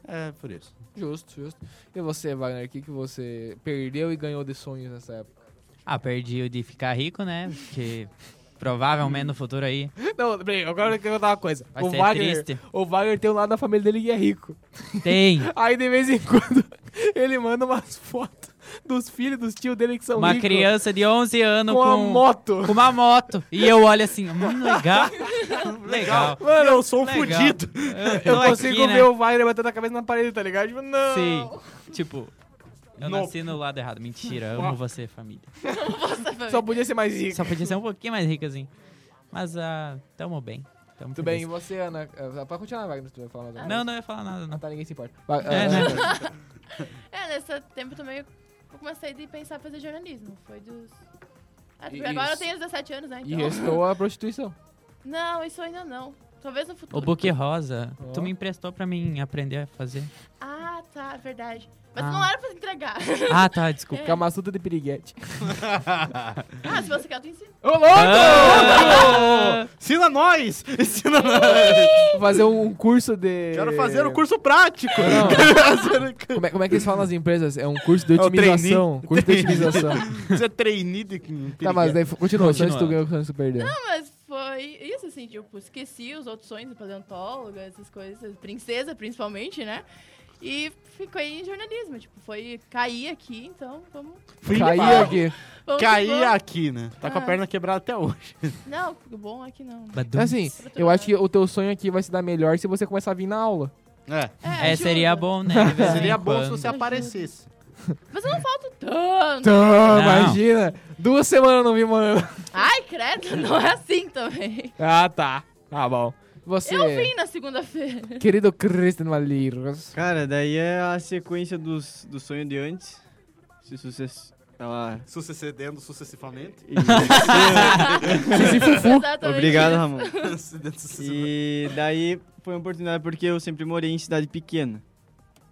Speaker 3: É, por isso.
Speaker 2: Justo, justo. E você, Wagner, o que, que você perdeu e ganhou de sonhos nessa época?
Speaker 5: Ah, perdi o de ficar rico, né? Que provavelmente no futuro aí
Speaker 2: Não, bem, agora eu quero contar uma coisa.
Speaker 5: Vai
Speaker 2: o
Speaker 5: ser
Speaker 2: Wagner,
Speaker 5: triste.
Speaker 2: o Wagner tem um lado da família dele que é rico.
Speaker 5: tem
Speaker 2: Aí de vez em *laughs* quando ele manda umas fotos dos filhos, dos tios dele que são
Speaker 5: uma
Speaker 2: ricos.
Speaker 5: criança de 11 anos
Speaker 2: com uma
Speaker 5: com,
Speaker 2: moto.
Speaker 5: com uma moto. E eu olho assim, hum,
Speaker 2: *laughs*
Speaker 5: legal. legal.
Speaker 2: Mano,
Speaker 3: eu sou um
Speaker 5: legal.
Speaker 3: fudido.
Speaker 5: Eu, tô
Speaker 2: Eu consigo
Speaker 5: aqui, né?
Speaker 2: ver o Wagner batendo a cabeça na parede, tá ligado? Tipo, não.
Speaker 5: Sim. Tipo, eu
Speaker 3: Não.
Speaker 5: nasci no lado errado. Mentira, eu amo você, família.
Speaker 2: Só podia ser mais rico.
Speaker 5: Só podia ser um pouquinho mais rica, assim. Mas, ah, tamo bem. Tamo
Speaker 2: Muito bem, e você, Ana? Ah, Pra continuar, Wagner, se tu vai falar mais alguma
Speaker 5: Não, não ia falar nada,
Speaker 2: coisa. Ah,
Speaker 5: não.
Speaker 2: tá, ninguém se importa. Vai,
Speaker 5: É,
Speaker 2: ah,
Speaker 5: né?
Speaker 4: É, nesse tempo também eu comecei a pensar em fazer jornalismo. Foi dos. Ah,
Speaker 2: E-
Speaker 4: agora eu
Speaker 2: isso.
Speaker 4: tenho 17 anos, né?
Speaker 2: E
Speaker 4: Então.
Speaker 2: restou a prostituição.
Speaker 4: Não, isso ainda não. Talvez no futuro.
Speaker 5: O buque rosa,
Speaker 2: Ó.
Speaker 5: tu me emprestou pra mim aprender a fazer.
Speaker 4: Ah, tá, verdade. Mas
Speaker 5: Ah.
Speaker 4: não era pra entregar. *laughs*
Speaker 5: Ah, tá, desculpa.
Speaker 4: É.
Speaker 2: Camassuta de
Speaker 5: *laughs*
Speaker 2: piriguete.
Speaker 4: ah, se você quer, eu te ensino.
Speaker 2: Ô, louco!
Speaker 5: Ah!
Speaker 3: Ensina nós! *laughs* Ensina nós!
Speaker 2: Vou fazer um curso de...
Speaker 3: Quero fazer um curso prático! *laughs*
Speaker 2: Não.
Speaker 3: Quero
Speaker 2: Como é, como é que eles falam nas empresas? É um curso de
Speaker 3: o
Speaker 2: *laughs* otimização.
Speaker 3: trainee.
Speaker 2: curso de otimização.
Speaker 3: Você é trainido com
Speaker 2: tá, mas daí f- continua. Só se tu
Speaker 5: Continua.
Speaker 2: ganhou, só se tu perdeu.
Speaker 4: Não, mas foi isso, assim, tipo, esqueci os outros sonhos, paleontóloga, essas coisas, princesa principalmente, né? E fiquei em jornalismo, tipo, foi cair aqui, então vamos.
Speaker 2: Caí
Speaker 3: Caía
Speaker 2: aqui.
Speaker 4: vamos que
Speaker 3: Caía
Speaker 4: vamos.
Speaker 3: aqui, né? Tá com a
Speaker 4: Ah.
Speaker 3: perna quebrada até hoje.
Speaker 4: Não, o bom aqui não.
Speaker 5: Badum.
Speaker 2: Assim, eu acho que o teu sonho aqui vai se dar melhor se você começar a vir na aula.
Speaker 3: É.
Speaker 4: É,
Speaker 5: É, seria
Speaker 4: ajuda.
Speaker 5: bom, né? de vez em
Speaker 3: Seria bom se
Speaker 5: quando.
Speaker 3: você *laughs* aparecesse.
Speaker 4: Mas eu não falto tanto.
Speaker 2: Então, imagina. Duas semanas eu não vi, mano.
Speaker 4: Ai, credo, *laughs* não é assim também.
Speaker 2: Ah, tá. Tá bom. Você,
Speaker 4: Eu vim
Speaker 2: *laughs*
Speaker 4: na segunda-feira.
Speaker 2: querido Christian Malirros.
Speaker 6: Cara, daí é a sequência dos, do sonho de antes. Se tá sucesso. Ela.
Speaker 3: Sucedendo sucessivamente.
Speaker 2: *laughs*
Speaker 4: Exatamente.
Speaker 6: Obrigado, Ramon.
Speaker 3: Sucedendo sucessivamente.
Speaker 6: E daí foi uma oportunidade porque eu sempre morei em cidade pequena.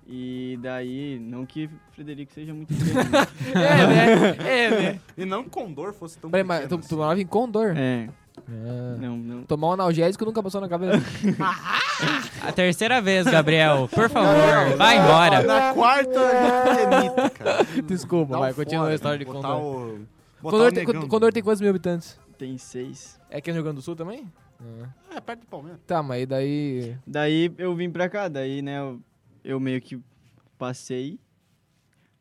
Speaker 6: E daí, não que Frederico
Speaker 2: *laughs*
Speaker 6: seja muito inteligente.
Speaker 8: É, né? É, né?
Speaker 3: E não Condor fosse tão
Speaker 2: Peraí, mas tu,
Speaker 3: pequeno
Speaker 2: tu morava em Condor.
Speaker 6: é,
Speaker 2: Ah.
Speaker 6: não, não.
Speaker 2: Tomar um analgésico nunca passou na cabeça.
Speaker 5: A terceira vez, Gabriel. Por favor, vai embora.
Speaker 3: Na quarta,
Speaker 2: É.
Speaker 3: Anitta, cara.
Speaker 2: *laughs* Desculpa,
Speaker 3: Dá um
Speaker 2: vai, continua
Speaker 3: fora,
Speaker 2: a história de
Speaker 3: cara.
Speaker 2: Condor.
Speaker 3: Botar o- botar o
Speaker 2: Condor, tem,
Speaker 3: negão.
Speaker 2: Condor tem quantos mil habitantes?
Speaker 6: Tem seis.
Speaker 2: É aqui no Rio Grande do Sul também?
Speaker 3: É, perto do Palmeiras. *laughs*
Speaker 2: Tá, mas daí.
Speaker 6: Daí eu vim pra cá, daí, né, eu, eu meio que passei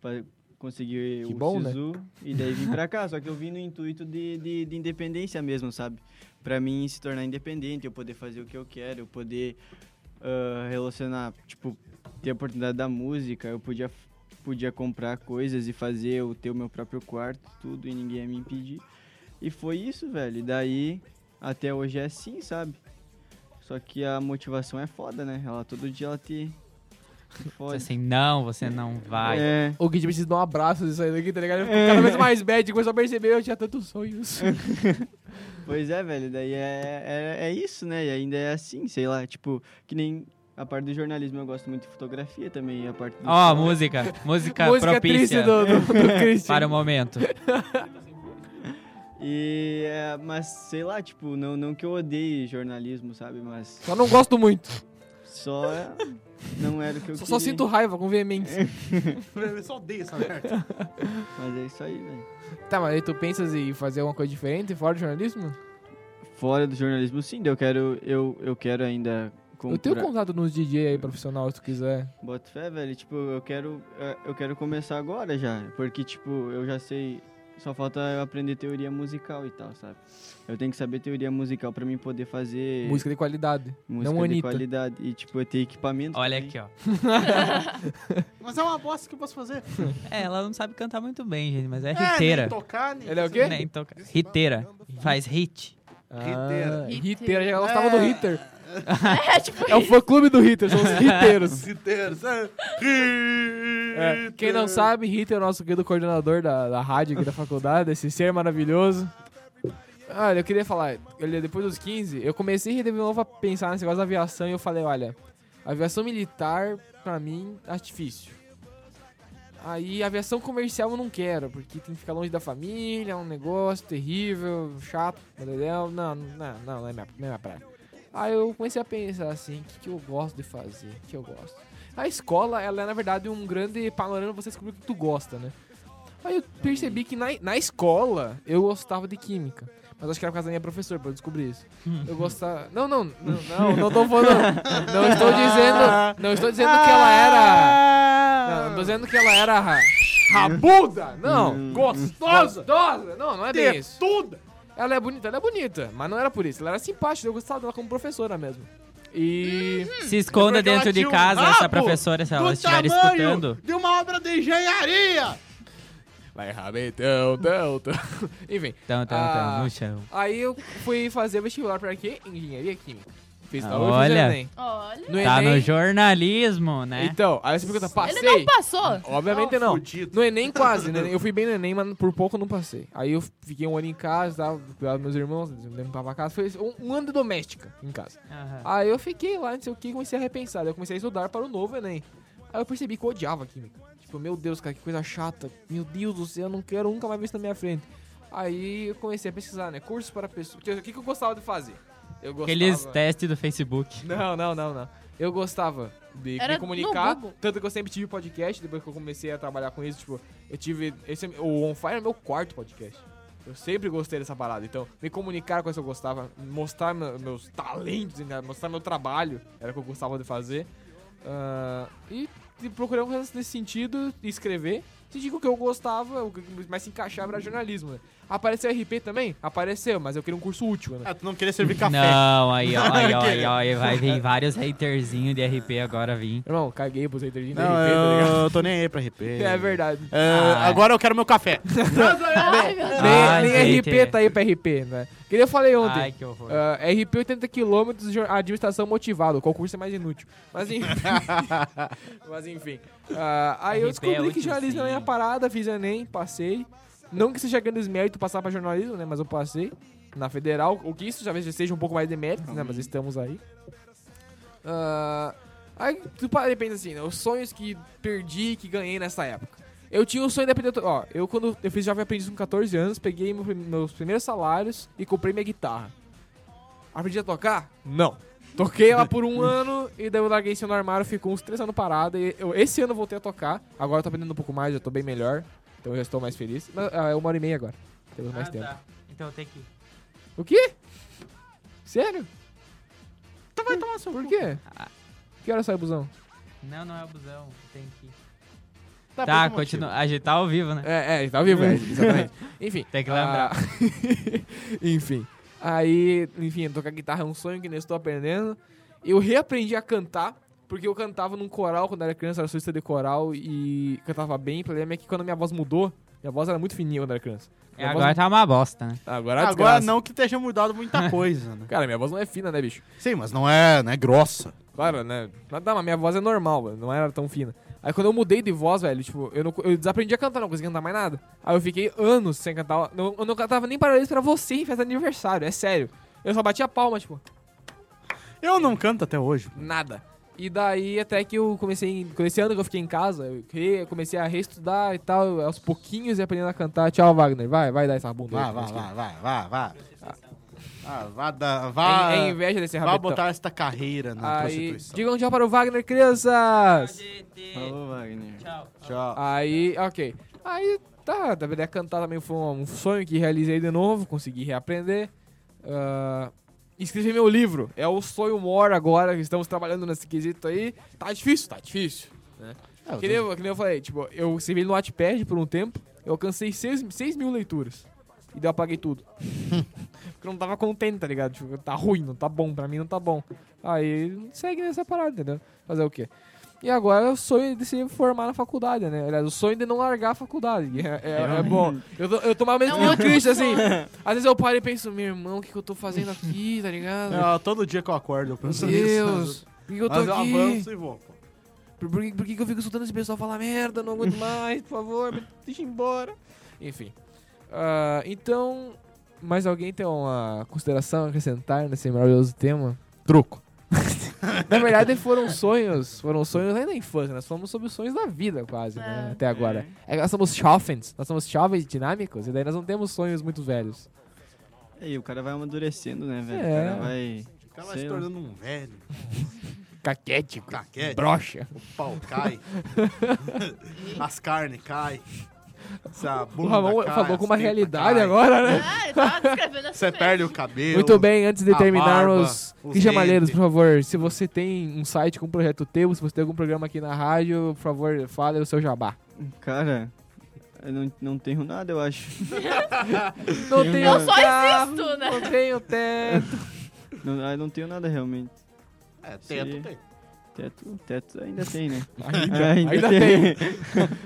Speaker 6: pra conseguir
Speaker 2: Que
Speaker 6: o
Speaker 2: bom, né?
Speaker 6: SISU e daí vim pra cá. Só que eu vim no intuito de, de, de independência mesmo, sabe? Pra mim se tornar independente, eu poder fazer o que eu quero, eu poder ah, relacionar, tipo, ter a oportunidade da música, eu podia, podia comprar coisas e fazer, eu ter o meu próprio quarto, tudo, e ninguém ia me impedir. E foi isso, velho. E daí, até hoje é assim, sabe? Só que a motivação é foda, né? Ela todo dia ela te.
Speaker 2: *laughs*
Speaker 6: te
Speaker 5: Você
Speaker 6: Foda.
Speaker 5: Assim, não, você não vai.
Speaker 6: É.
Speaker 2: O Guide precisa dar um abraço disso aí daqui, tá ligado?
Speaker 3: É.
Speaker 2: Ficou cada vez mais bad, começou a perceber, eu tinha tantos sonhos.
Speaker 6: Pois é, velho. Daí é, é, é isso, né? E ainda é assim, sei lá. Tipo, que nem a parte do jornalismo eu gosto muito de fotografia também. e A parte do.
Speaker 2: Ah,
Speaker 5: Ó, música. Música,
Speaker 2: Música triste
Speaker 5: propícia
Speaker 2: do, do, do Christian.
Speaker 5: para o momento.
Speaker 6: E. é, mas sei lá, tipo, não, não que eu odeie jornalismo, sabe? Mas
Speaker 2: Só não gosto muito. *laughs*
Speaker 6: só. Não era o que eu
Speaker 2: Só, só
Speaker 6: queria.
Speaker 2: sinto raiva com veemência.
Speaker 3: Eu só odeio essa merda.
Speaker 6: Mas é isso aí, velho.
Speaker 2: tá, mas aí tu pensas em fazer alguma coisa diferente fora do jornalismo?
Speaker 6: Fora do jornalismo, sim. daí Eu quero, eu, eu quero ainda.
Speaker 2: Eu tenho
Speaker 6: comprar-
Speaker 2: contato nos DJ aí profissional, se tu quiser.
Speaker 6: Boto fé, velho. Tipo, eu quero, eh, eu quero começar agora já. Porque, tipo, eu já sei. Só falta eu aprender teoria musical e tal, sabe? Eu tenho que saber teoria musical pra mim poder fazer
Speaker 2: Música de qualidade.
Speaker 6: música
Speaker 2: não
Speaker 6: de
Speaker 2: Anitta.
Speaker 6: qualidade. E, tipo, eu ter equipamento.
Speaker 5: Olha
Speaker 6: também.
Speaker 5: aqui, ó.
Speaker 3: Mas é uma bosta que eu posso fazer.
Speaker 5: É, ela não sabe cantar muito bem, gente, mas é
Speaker 3: nem
Speaker 5: riteira.
Speaker 3: tocar, nem
Speaker 2: Ele é o
Speaker 3: fazer-
Speaker 2: quê?
Speaker 5: Nem toca. Riteira. Faz hit.
Speaker 2: Ah,
Speaker 3: Riteira.
Speaker 2: Riteira, já gostava do
Speaker 3: É.
Speaker 2: Ritter.
Speaker 4: É, tipo,
Speaker 2: É o fã clube do Ritter, são os Riteiros.
Speaker 3: Riteiros, é.
Speaker 2: É,
Speaker 3: Riteiros.
Speaker 2: Quem não sabe, Ritter é o nosso querido coordenador da, da rádio aqui da faculdade, esse ser maravilhoso. Olha, eu queria falar, olha, depois dos 15, eu comecei de novo a pensar nesse negócio da aviação e eu falei, olha, aviação militar, pra mim, é difícil. Aí, aviação comercial eu não quero, porque tem que ficar longe da família, é um negócio terrível, chato, entendeu? Não, não, não, não é minha, não é minha praia. Aí eu comecei a pensar assim, o que, que eu gosto de fazer, o que eu gosto. A escola, ela é, na verdade, um grande panorama pra você descobrir o que tu gosta, né? Aí eu percebi que na, na escola eu gostava de química. Mas acho que era por causa da minha professora pra eu descobrir isso. Eu gostava. Não, não, não, não, não tô falando. Não estou dizendo. Não estou dizendo que ela era.
Speaker 3: Ah!
Speaker 2: Não, não tô dizendo que ela era. ra- Rabuda! Não! Gostosa! Gostosa! Não, não é bem isso.
Speaker 3: Tudo.
Speaker 2: Ela é bonita, ela é bonita. Mas não era por isso. Ela era simpática, eu gostava dela como professora mesmo. E.
Speaker 5: Se esconda
Speaker 3: Porque ela
Speaker 5: dentro de
Speaker 3: tinha um
Speaker 5: casa, essa
Speaker 3: rabo
Speaker 5: professora, se Tá, ela
Speaker 3: do
Speaker 5: estiver
Speaker 3: tamanho
Speaker 5: escutando.
Speaker 3: de uma obra de engenharia.
Speaker 2: Vai, rabetão, tão, tão. *laughs* Enfim.
Speaker 5: Então, então,
Speaker 2: Ah.
Speaker 5: então, no chão.
Speaker 2: Aí eu fui fazer vestibular pra quê? Engenharia Química. Fiz
Speaker 5: Ah,
Speaker 2: na UFRGS
Speaker 5: olha.
Speaker 2: Enem.
Speaker 4: olha.
Speaker 2: No
Speaker 5: Tá no
Speaker 2: Enem-
Speaker 5: jornalismo, né?
Speaker 2: Então, aí você pergunta,
Speaker 4: Ele
Speaker 2: passei?
Speaker 4: não passou.
Speaker 2: Obviamente não.
Speaker 3: Fudido.
Speaker 2: No Enem quase, né? Eu fui bem no Enem, mas por pouco eu não passei. Aí eu fiquei um ano em casa, tava, cuidava dos meus irmãos, limpava a casa. Foi um, um ano de doméstica em casa.
Speaker 3: Ah,
Speaker 5: Aham.
Speaker 2: Aí eu fiquei lá, não sei o que, e comecei a repensar. Daí eu comecei a estudar para o novo Enem. Aí eu percebi que eu odiava química. Tipo, meu Deus, cara, que coisa chata. Meu Deus do céu, eu não quero nunca mais ver isso na minha frente. Aí eu comecei a pesquisar, né? Cursos para pessoas. O que, que eu gostava de fazer? Eu gostava.
Speaker 5: Aqueles testes do Facebook.
Speaker 2: Não, não, não, não. Eu gostava de
Speaker 4: Era
Speaker 2: me comunicar.
Speaker 4: no Google.
Speaker 2: Tanto que eu sempre tive podcast, depois que eu comecei a trabalhar com isso, tipo, eu tive. eu sempre- o On Fire é meu quarto podcast. Eu sempre gostei dessa parada. Então, me comunicar com isso eu gostava, mostrar me- meus talentos, né, mostrar meu trabalho, era o que eu gostava de fazer. Ah, e, e procurar coisas nesse sentido, escrever. Te digo que eu gostava, o que mais se encaixava era jornalismo, né? Apareceu RP também? Apareceu, mas eu queria um curso útil, né?
Speaker 3: Ah, tu não queria servir café.
Speaker 5: Não, aí, ó,
Speaker 3: *laughs*
Speaker 5: aí, ó, aí, ó, aí vai vir vários haterzinhos de RP agora vir.
Speaker 2: Irmão, caguei pros haters de RP,
Speaker 3: Não,
Speaker 2: tá ligado?
Speaker 3: *laughs* eu tô nem aí pra RP.
Speaker 2: É verdade.
Speaker 3: *laughs* É, Agora eu quero meu café.
Speaker 4: Ai, meu Deus.
Speaker 2: Nem,
Speaker 5: Ai,
Speaker 2: nem
Speaker 5: gente. é.
Speaker 2: RP tá aí pra RP, né? Que nem eu falei ontem.
Speaker 5: Ai, que horror.
Speaker 2: ah, RP 80 km de jor- administração motivado. Qual curso é mais inútil? Mas enfim.
Speaker 5: *laughs*
Speaker 2: Mas enfim. Ah, aí eu
Speaker 5: RP é
Speaker 2: descobri que
Speaker 5: útil,
Speaker 2: jornalismo é a minha
Speaker 5: sim.
Speaker 2: parada, fiz Enem, passei. Não que seja grande mérito passar pra jornalismo, né? Mas eu passei na
Speaker 5: Uhum.
Speaker 2: federal. O que isso talvez já seja um pouco mais de mérito, né? Mas estamos aí. Ah, Aí tu para e pensa assim, né? Os sonhos que perdi e que ganhei nessa época. Eu tinha o sonho da aprender. Ó, eu quando eu fiz jovem aprendiz com 14 anos, peguei meu prim- meus primeiros salários e comprei minha guitarra. Aprendi a tocar? Não. Toquei ela por um ano e daí eu larguei isso no armário, ficou uns três anos parada. E eu, esse ano eu voltei a tocar. Agora eu tô aprendendo um pouco mais, já tô bem melhor. Então eu já estou mais feliz. Mas, ah, é uma hora e meia agora. Temos mais
Speaker 5: Ah,
Speaker 2: tempo.
Speaker 5: tá. Então tem que. ir.
Speaker 2: O quê? Sério? Então vai tomar seu Por quê?
Speaker 5: Ah.
Speaker 2: Que hora sai o busão?
Speaker 5: Não, não é o busão. Tem que. ir.
Speaker 3: Tá,
Speaker 5: Tá,
Speaker 3: por que motivo?
Speaker 5: continua. A gente tá ao vivo, né?
Speaker 2: É, é, tá vivo,
Speaker 5: *laughs*
Speaker 2: é, exatamente. Enfim.
Speaker 5: Tem que
Speaker 2: ah, *laughs*
Speaker 5: lembrar.
Speaker 2: enfim. Aí, enfim, tocar guitarra é um sonho que nem estou aprendendo. Eu reaprendi a cantar, porque eu cantava num coral quando era criança, era solista de coral e cantava bem. O problema é que quando minha voz mudou, minha voz era muito fininha quando era criança.
Speaker 5: É,
Speaker 2: Minha
Speaker 5: agora
Speaker 2: voz...
Speaker 5: tá uma bosta, né?
Speaker 2: Agora, é
Speaker 3: *laughs* Agora
Speaker 2: desgraça.
Speaker 3: não que esteja mudado *laughs* muita coisa, né?
Speaker 2: Cara, minha voz não é fina, né, bicho?
Speaker 3: Sim, mas não é, não é grossa.
Speaker 2: Claro, né? Mas, não, mas minha voz é normal, velho. Não era tão fina. Aí quando eu mudei de voz, velho, tipo, eu, não, eu desaprendi a cantar, não consegui cantar mais nada. Aí eu fiquei anos sem cantar. Não, eu não cantava nem parabéns pra você em festa de aniversário, é sério. Eu só batia palma, tipo,
Speaker 3: Eu não canto até hoje.
Speaker 2: nada. E daí até que eu comecei, com esse ano que eu fiquei em casa, eu re- comecei a reestudar e tal, aos pouquinhos e aprendendo a cantar. Tchau, Wagner, vai, vai dar essa bunda.
Speaker 3: Vá,
Speaker 2: aí,
Speaker 3: vá,
Speaker 2: mas que-
Speaker 3: vá, vá, vá, vá. Ah, vá, da, vá,
Speaker 2: É, é inveja desse
Speaker 3: vá
Speaker 2: rabetão.
Speaker 3: botar esta carreira na
Speaker 2: Aí,
Speaker 3: prostituição.
Speaker 2: digam tchau para o Wagner, crianças!
Speaker 6: Falou, Wagner.
Speaker 5: Tchau.
Speaker 3: Tchau.
Speaker 2: Aí, ok. Aí, tá, da verdade, cantar também foi um um sonho que realizei de novo, consegui reaprender. Ah, escrevi meu livro, é o sonho mor agora, que estamos trabalhando nesse quesito aí. Tá difícil, tá difícil.
Speaker 3: Ah, eu
Speaker 2: Que nem, eu, que nem eu falei, tipo, eu escrevi ele no Wattpad por um tempo, eu alcancei 6, mil leituras. E daí eu apaguei tudo. Porque eu não tava contente, tá ligado? Tipo, tá ruim, não tá bom, pra mim não tá bom. Aí segue nessa parada, entendeu? Fazer o quê? E agora o sonho de se formar na faculdade, né? Aliás, o sonho de não largar a faculdade. *laughs* É, é- é bom. Eu, tô- eu tomava mesmo
Speaker 4: É um
Speaker 2: meio
Speaker 4: ótimo
Speaker 2: triste, assim.
Speaker 4: sonho.
Speaker 2: Às vezes eu paro e penso, meu irmão, o que, que eu tô fazendo aqui, tá ligado?
Speaker 3: Ah, todo dia que eu acordo eu penso
Speaker 2: Meu
Speaker 3: nisso. né?
Speaker 2: Deus, por que, que eu tô
Speaker 3: Mas eu
Speaker 2: aqui?
Speaker 3: avanço e vou. pô.
Speaker 2: Por, por, que- por que, que eu fico escutando esse pessoal falar merda? Não aguento mais, por favor, me deixa embora. Enfim. Ah, então, mais alguém tem uma consideração a acrescentar nesse maravilhoso tema?
Speaker 9: Truco.
Speaker 2: *laughs* Na verdade, foram sonhos. Foram sonhos ainda da infância. Nós falamos sobre os sonhos da vida, quase, né?
Speaker 4: É.
Speaker 2: Até agora. É que nós somos jovens. Nós somos jovens dinâmicos. E daí nós não temos sonhos muito velhos.
Speaker 6: Aí o cara vai amadurecendo, né, velho?
Speaker 2: É.
Speaker 6: O cara vai.
Speaker 3: O cara vai
Speaker 6: Sei
Speaker 3: se
Speaker 6: lá.
Speaker 3: tornando um velho.
Speaker 2: Caquético.
Speaker 3: Caquete.
Speaker 2: Brocha.
Speaker 3: O *laughs* pau cai. As carnes caem.
Speaker 2: O Ramon falou com uma realidade agora, né?
Speaker 4: Ah, ele tava descrevendo assim
Speaker 3: Você é
Speaker 4: mesmo.
Speaker 3: perde o cabelo.
Speaker 2: Muito bem, antes de
Speaker 3: a
Speaker 2: terminarmos,
Speaker 3: barba, os
Speaker 2: Christian Malheiros,
Speaker 3: dentes.
Speaker 2: por favor, se você tem um site com um projeto teu, se você tem algum programa aqui na rádio, por favor, fale o seu jabá.
Speaker 6: Cara, eu não, não tenho nada, eu acho. *laughs*
Speaker 2: Não
Speaker 6: Eu
Speaker 2: tenho
Speaker 6: não-
Speaker 4: só
Speaker 2: carro,
Speaker 4: existo, né?
Speaker 2: um Não tenho teto.
Speaker 6: Não, ah, eu não tenho nada realmente.
Speaker 3: É, teto tem.
Speaker 6: Teto, teto ainda tem, né?
Speaker 2: *laughs* Ainda, ainda tem.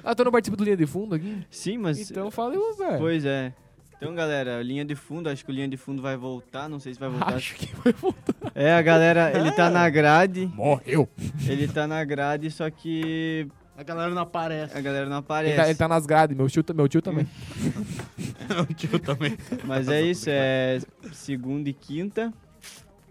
Speaker 2: Ah, tu não participa do Linha de Fundo aqui?
Speaker 6: Sim, mas.
Speaker 2: Então fale o velho.
Speaker 6: Pois é. Então, galera, linha de fundo, acho que o linha de fundo vai voltar, não sei se vai voltar.
Speaker 2: Acho que vai voltar.
Speaker 6: É, a galera, ele tá na grade,
Speaker 9: Morreu.
Speaker 6: ele tá na grade, só que
Speaker 3: A galera não aparece.
Speaker 6: a galera não
Speaker 2: Ele tá, ele
Speaker 6: aparece.
Speaker 2: tá nas grades, meu tio, ta- meu tio também.
Speaker 3: *laughs* O tio também.
Speaker 2: Tá
Speaker 6: Mas é isso, é segunda e quinta,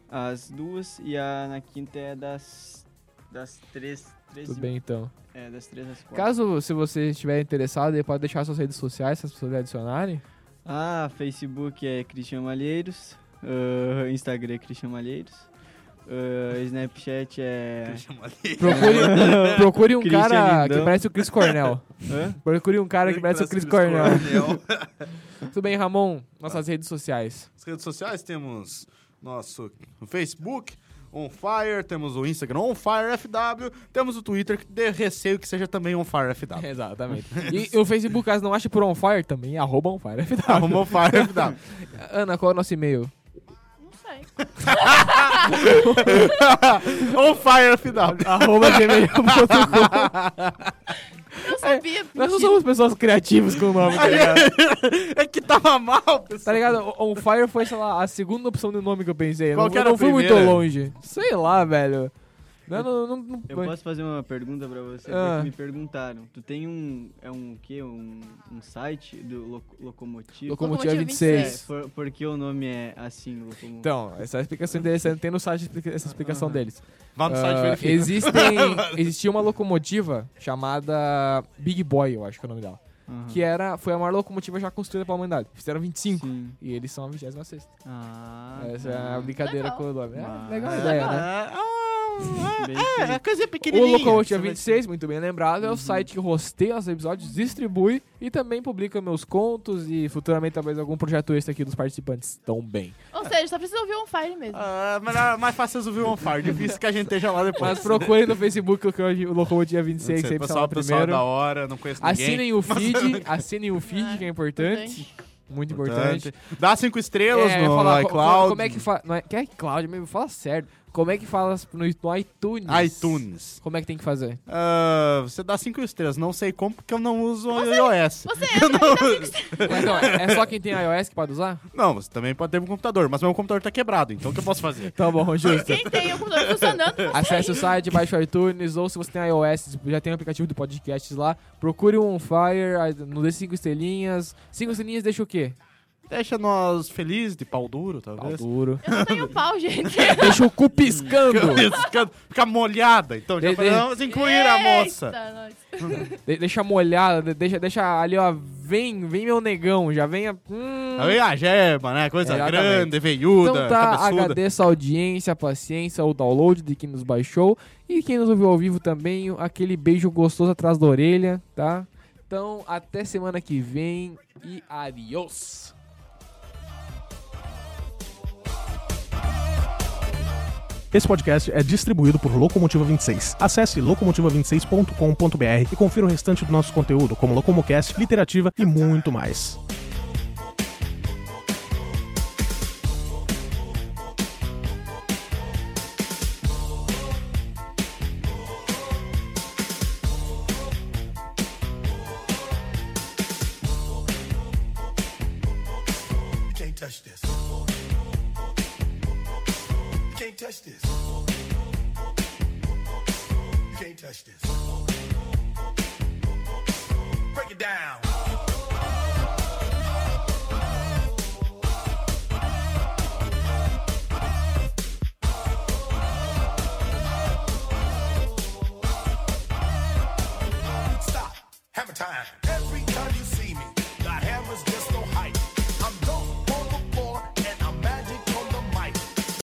Speaker 6: às duas, e a, na quinta é das, das três, três
Speaker 2: Tudo
Speaker 6: e-
Speaker 2: bem, então.
Speaker 6: É, das três às quatro.
Speaker 2: Caso, se você estiver interessado, ele pode deixar suas redes sociais, se as pessoas lhe adicionarem.
Speaker 6: Ah, Facebook é Cristian Malheiros, ah, Instagram é Cristian Malheiros, ah, Snapchat é...
Speaker 2: Procure, procure *laughs* um
Speaker 6: Christian
Speaker 2: cara que
Speaker 6: Lindão.
Speaker 2: parece o Chris Cornell.
Speaker 6: Hã?
Speaker 2: Procure um cara que parece o Chris Cornell. *laughs* Tudo bem, Ramon? Nossas redes sociais.
Speaker 3: As redes sociais temos nosso Facebook, On Fire, temos o Instagram On Fire FW, temos o Twitter, que de receio que seja também On Fire
Speaker 2: É. *laughs*
Speaker 3: FW.
Speaker 2: Exatamente. E o Facebook, caso não ache por On Fire, também é arroba On Fire.
Speaker 3: *laughs*
Speaker 2: *laughs*
Speaker 3: Arruma On Fire FW.
Speaker 2: Ana, qual é o nosso e-mail?
Speaker 4: Não sei.
Speaker 3: on Fire FW.
Speaker 2: arroba gmail.com
Speaker 4: Eu sabia.
Speaker 2: Nós não somos pessoas criativas com o nome, tá ligado?
Speaker 3: É que tava mal, pessoal.
Speaker 2: Tá ligado? O- On Fire foi, sei lá, a segunda opção de nome que eu pensei. Eu
Speaker 3: Qual
Speaker 2: não,
Speaker 3: que era
Speaker 2: eu não
Speaker 3: a
Speaker 2: fui muito
Speaker 3: primeira?
Speaker 2: longe. Sei lá, velho. Não, não, não, não-
Speaker 6: Eu posso fazer uma pergunta pra você?
Speaker 2: Ah.
Speaker 6: Porque me perguntaram. Tu tem um. É um quê? Um, um site do Loc- Locomotivo?
Speaker 2: Locomotiva
Speaker 4: Locomotiva
Speaker 2: 26.
Speaker 6: É, por, por que o nome é assim, Locomotivo?
Speaker 2: Então, essa é a explicação interessante. Tem no site explica- essa explicação deles.
Speaker 3: Vá Tá no
Speaker 2: Ah,
Speaker 3: site verificar. *laughs*
Speaker 2: existem, existia uma locomotiva chamada Big Boy, eu acho que é o nome dela.
Speaker 6: Aham.
Speaker 3: Hum.
Speaker 2: Que era, foi a maior locomotiva já construída pela humanidade. Fizeram 25.
Speaker 6: Sim.
Speaker 2: E eles são a 26.
Speaker 6: Ah.
Speaker 2: Essa
Speaker 6: tá.
Speaker 2: é a brincadeira
Speaker 4: Legal.
Speaker 2: com o nome. É,
Speaker 3: Ah,
Speaker 6: Mas-
Speaker 2: legal a ideia, né?
Speaker 6: ah, Bem
Speaker 3: É, é, é coisinha
Speaker 2: O
Speaker 3: pequenininha.
Speaker 2: Locomotiva
Speaker 3: Você vai-
Speaker 2: 26, muito bem lembrado,
Speaker 3: Uhum.
Speaker 2: é o site que rosteia os episódios, distribui e também publica meus contos e futuramente talvez algum projeto extra aqui dos participantes também.
Speaker 4: Ou seja, só precisa ouvir um fire mesmo.
Speaker 3: Ah, melhor, mais fácil resolver o Fire. Difícil que a gente esteja lá depois.
Speaker 2: Mas procurem no Facebook o Locomotiva 26,
Speaker 3: é. Não sei,
Speaker 2: sempre pessoal,
Speaker 3: pessoal, pessoal
Speaker 2: primeiro.
Speaker 3: da hora, não conheço ninguém.
Speaker 2: Assinem o feed, assinem o feed, que é importante.
Speaker 4: Importante.
Speaker 2: Muito é importante.
Speaker 3: Dá cinco estrelas
Speaker 2: É, eu ia
Speaker 3: no
Speaker 2: falar, co-
Speaker 3: iCloud.
Speaker 2: Como é que fala. Não é, que é iCloud mesmo? Fala sério. Como é que fala no, no iTunes?
Speaker 3: iTunes.
Speaker 2: Como é que tem que fazer?
Speaker 3: Ah, você dá cinco estrelas. Não sei como, porque eu não uso o iOS.
Speaker 4: Você
Speaker 3: Eu não... *laughs*
Speaker 2: Então, é só quem tem iOS que pode usar?
Speaker 3: não, você também pode ter um computador, mas meu computador tá quebrado, então o que eu posso
Speaker 4: *laughs*
Speaker 3: fazer?
Speaker 2: Tá bom, justo.
Speaker 4: Quem tem o computador funcionando,
Speaker 2: Acesse o site, baixe o iTunes, ou se você tem iOS, já tem o aplicativo do podcast lá, procure um Fire, aí não deixe 5 estrelinhas. 5 estrelinhas deixa o quê?
Speaker 3: Deixa nós felizes, de pau duro, talvez. *laughs*
Speaker 2: duro.
Speaker 4: eu não tenho pau, gente.
Speaker 2: Deixa o cu
Speaker 3: *laughs*
Speaker 2: piscando.
Speaker 3: Fica- Fica molhada, então já
Speaker 2: De- de-
Speaker 3: vamos incluir a moça.
Speaker 4: Eita, nós.
Speaker 2: De- deixa molhada, de- deixa, deixa ali, ó. Vem, vem meu negão, já venha. Hum.
Speaker 3: Aí a gema, né? Coisa
Speaker 2: Exatamente.
Speaker 3: grande, veiuda,
Speaker 2: Então tá,
Speaker 3: cabeçuda.
Speaker 2: agradeço a audiência, a paciência, o download de quem nos baixou e quem nos ouviu ao vivo também, aquele beijo gostoso atrás da orelha, tá? Então, até semana que vem e adiós!
Speaker 1: Esse podcast é distribuído por Locomotiva 26. Acesse locomotiva26.com.br e confira o restante do nosso conteúdo, como Locomocast, Literativa e muito mais.
Speaker 10: You can't touch this. You can't touch this. You can't touch this. Break it down. Stop. Hammer time.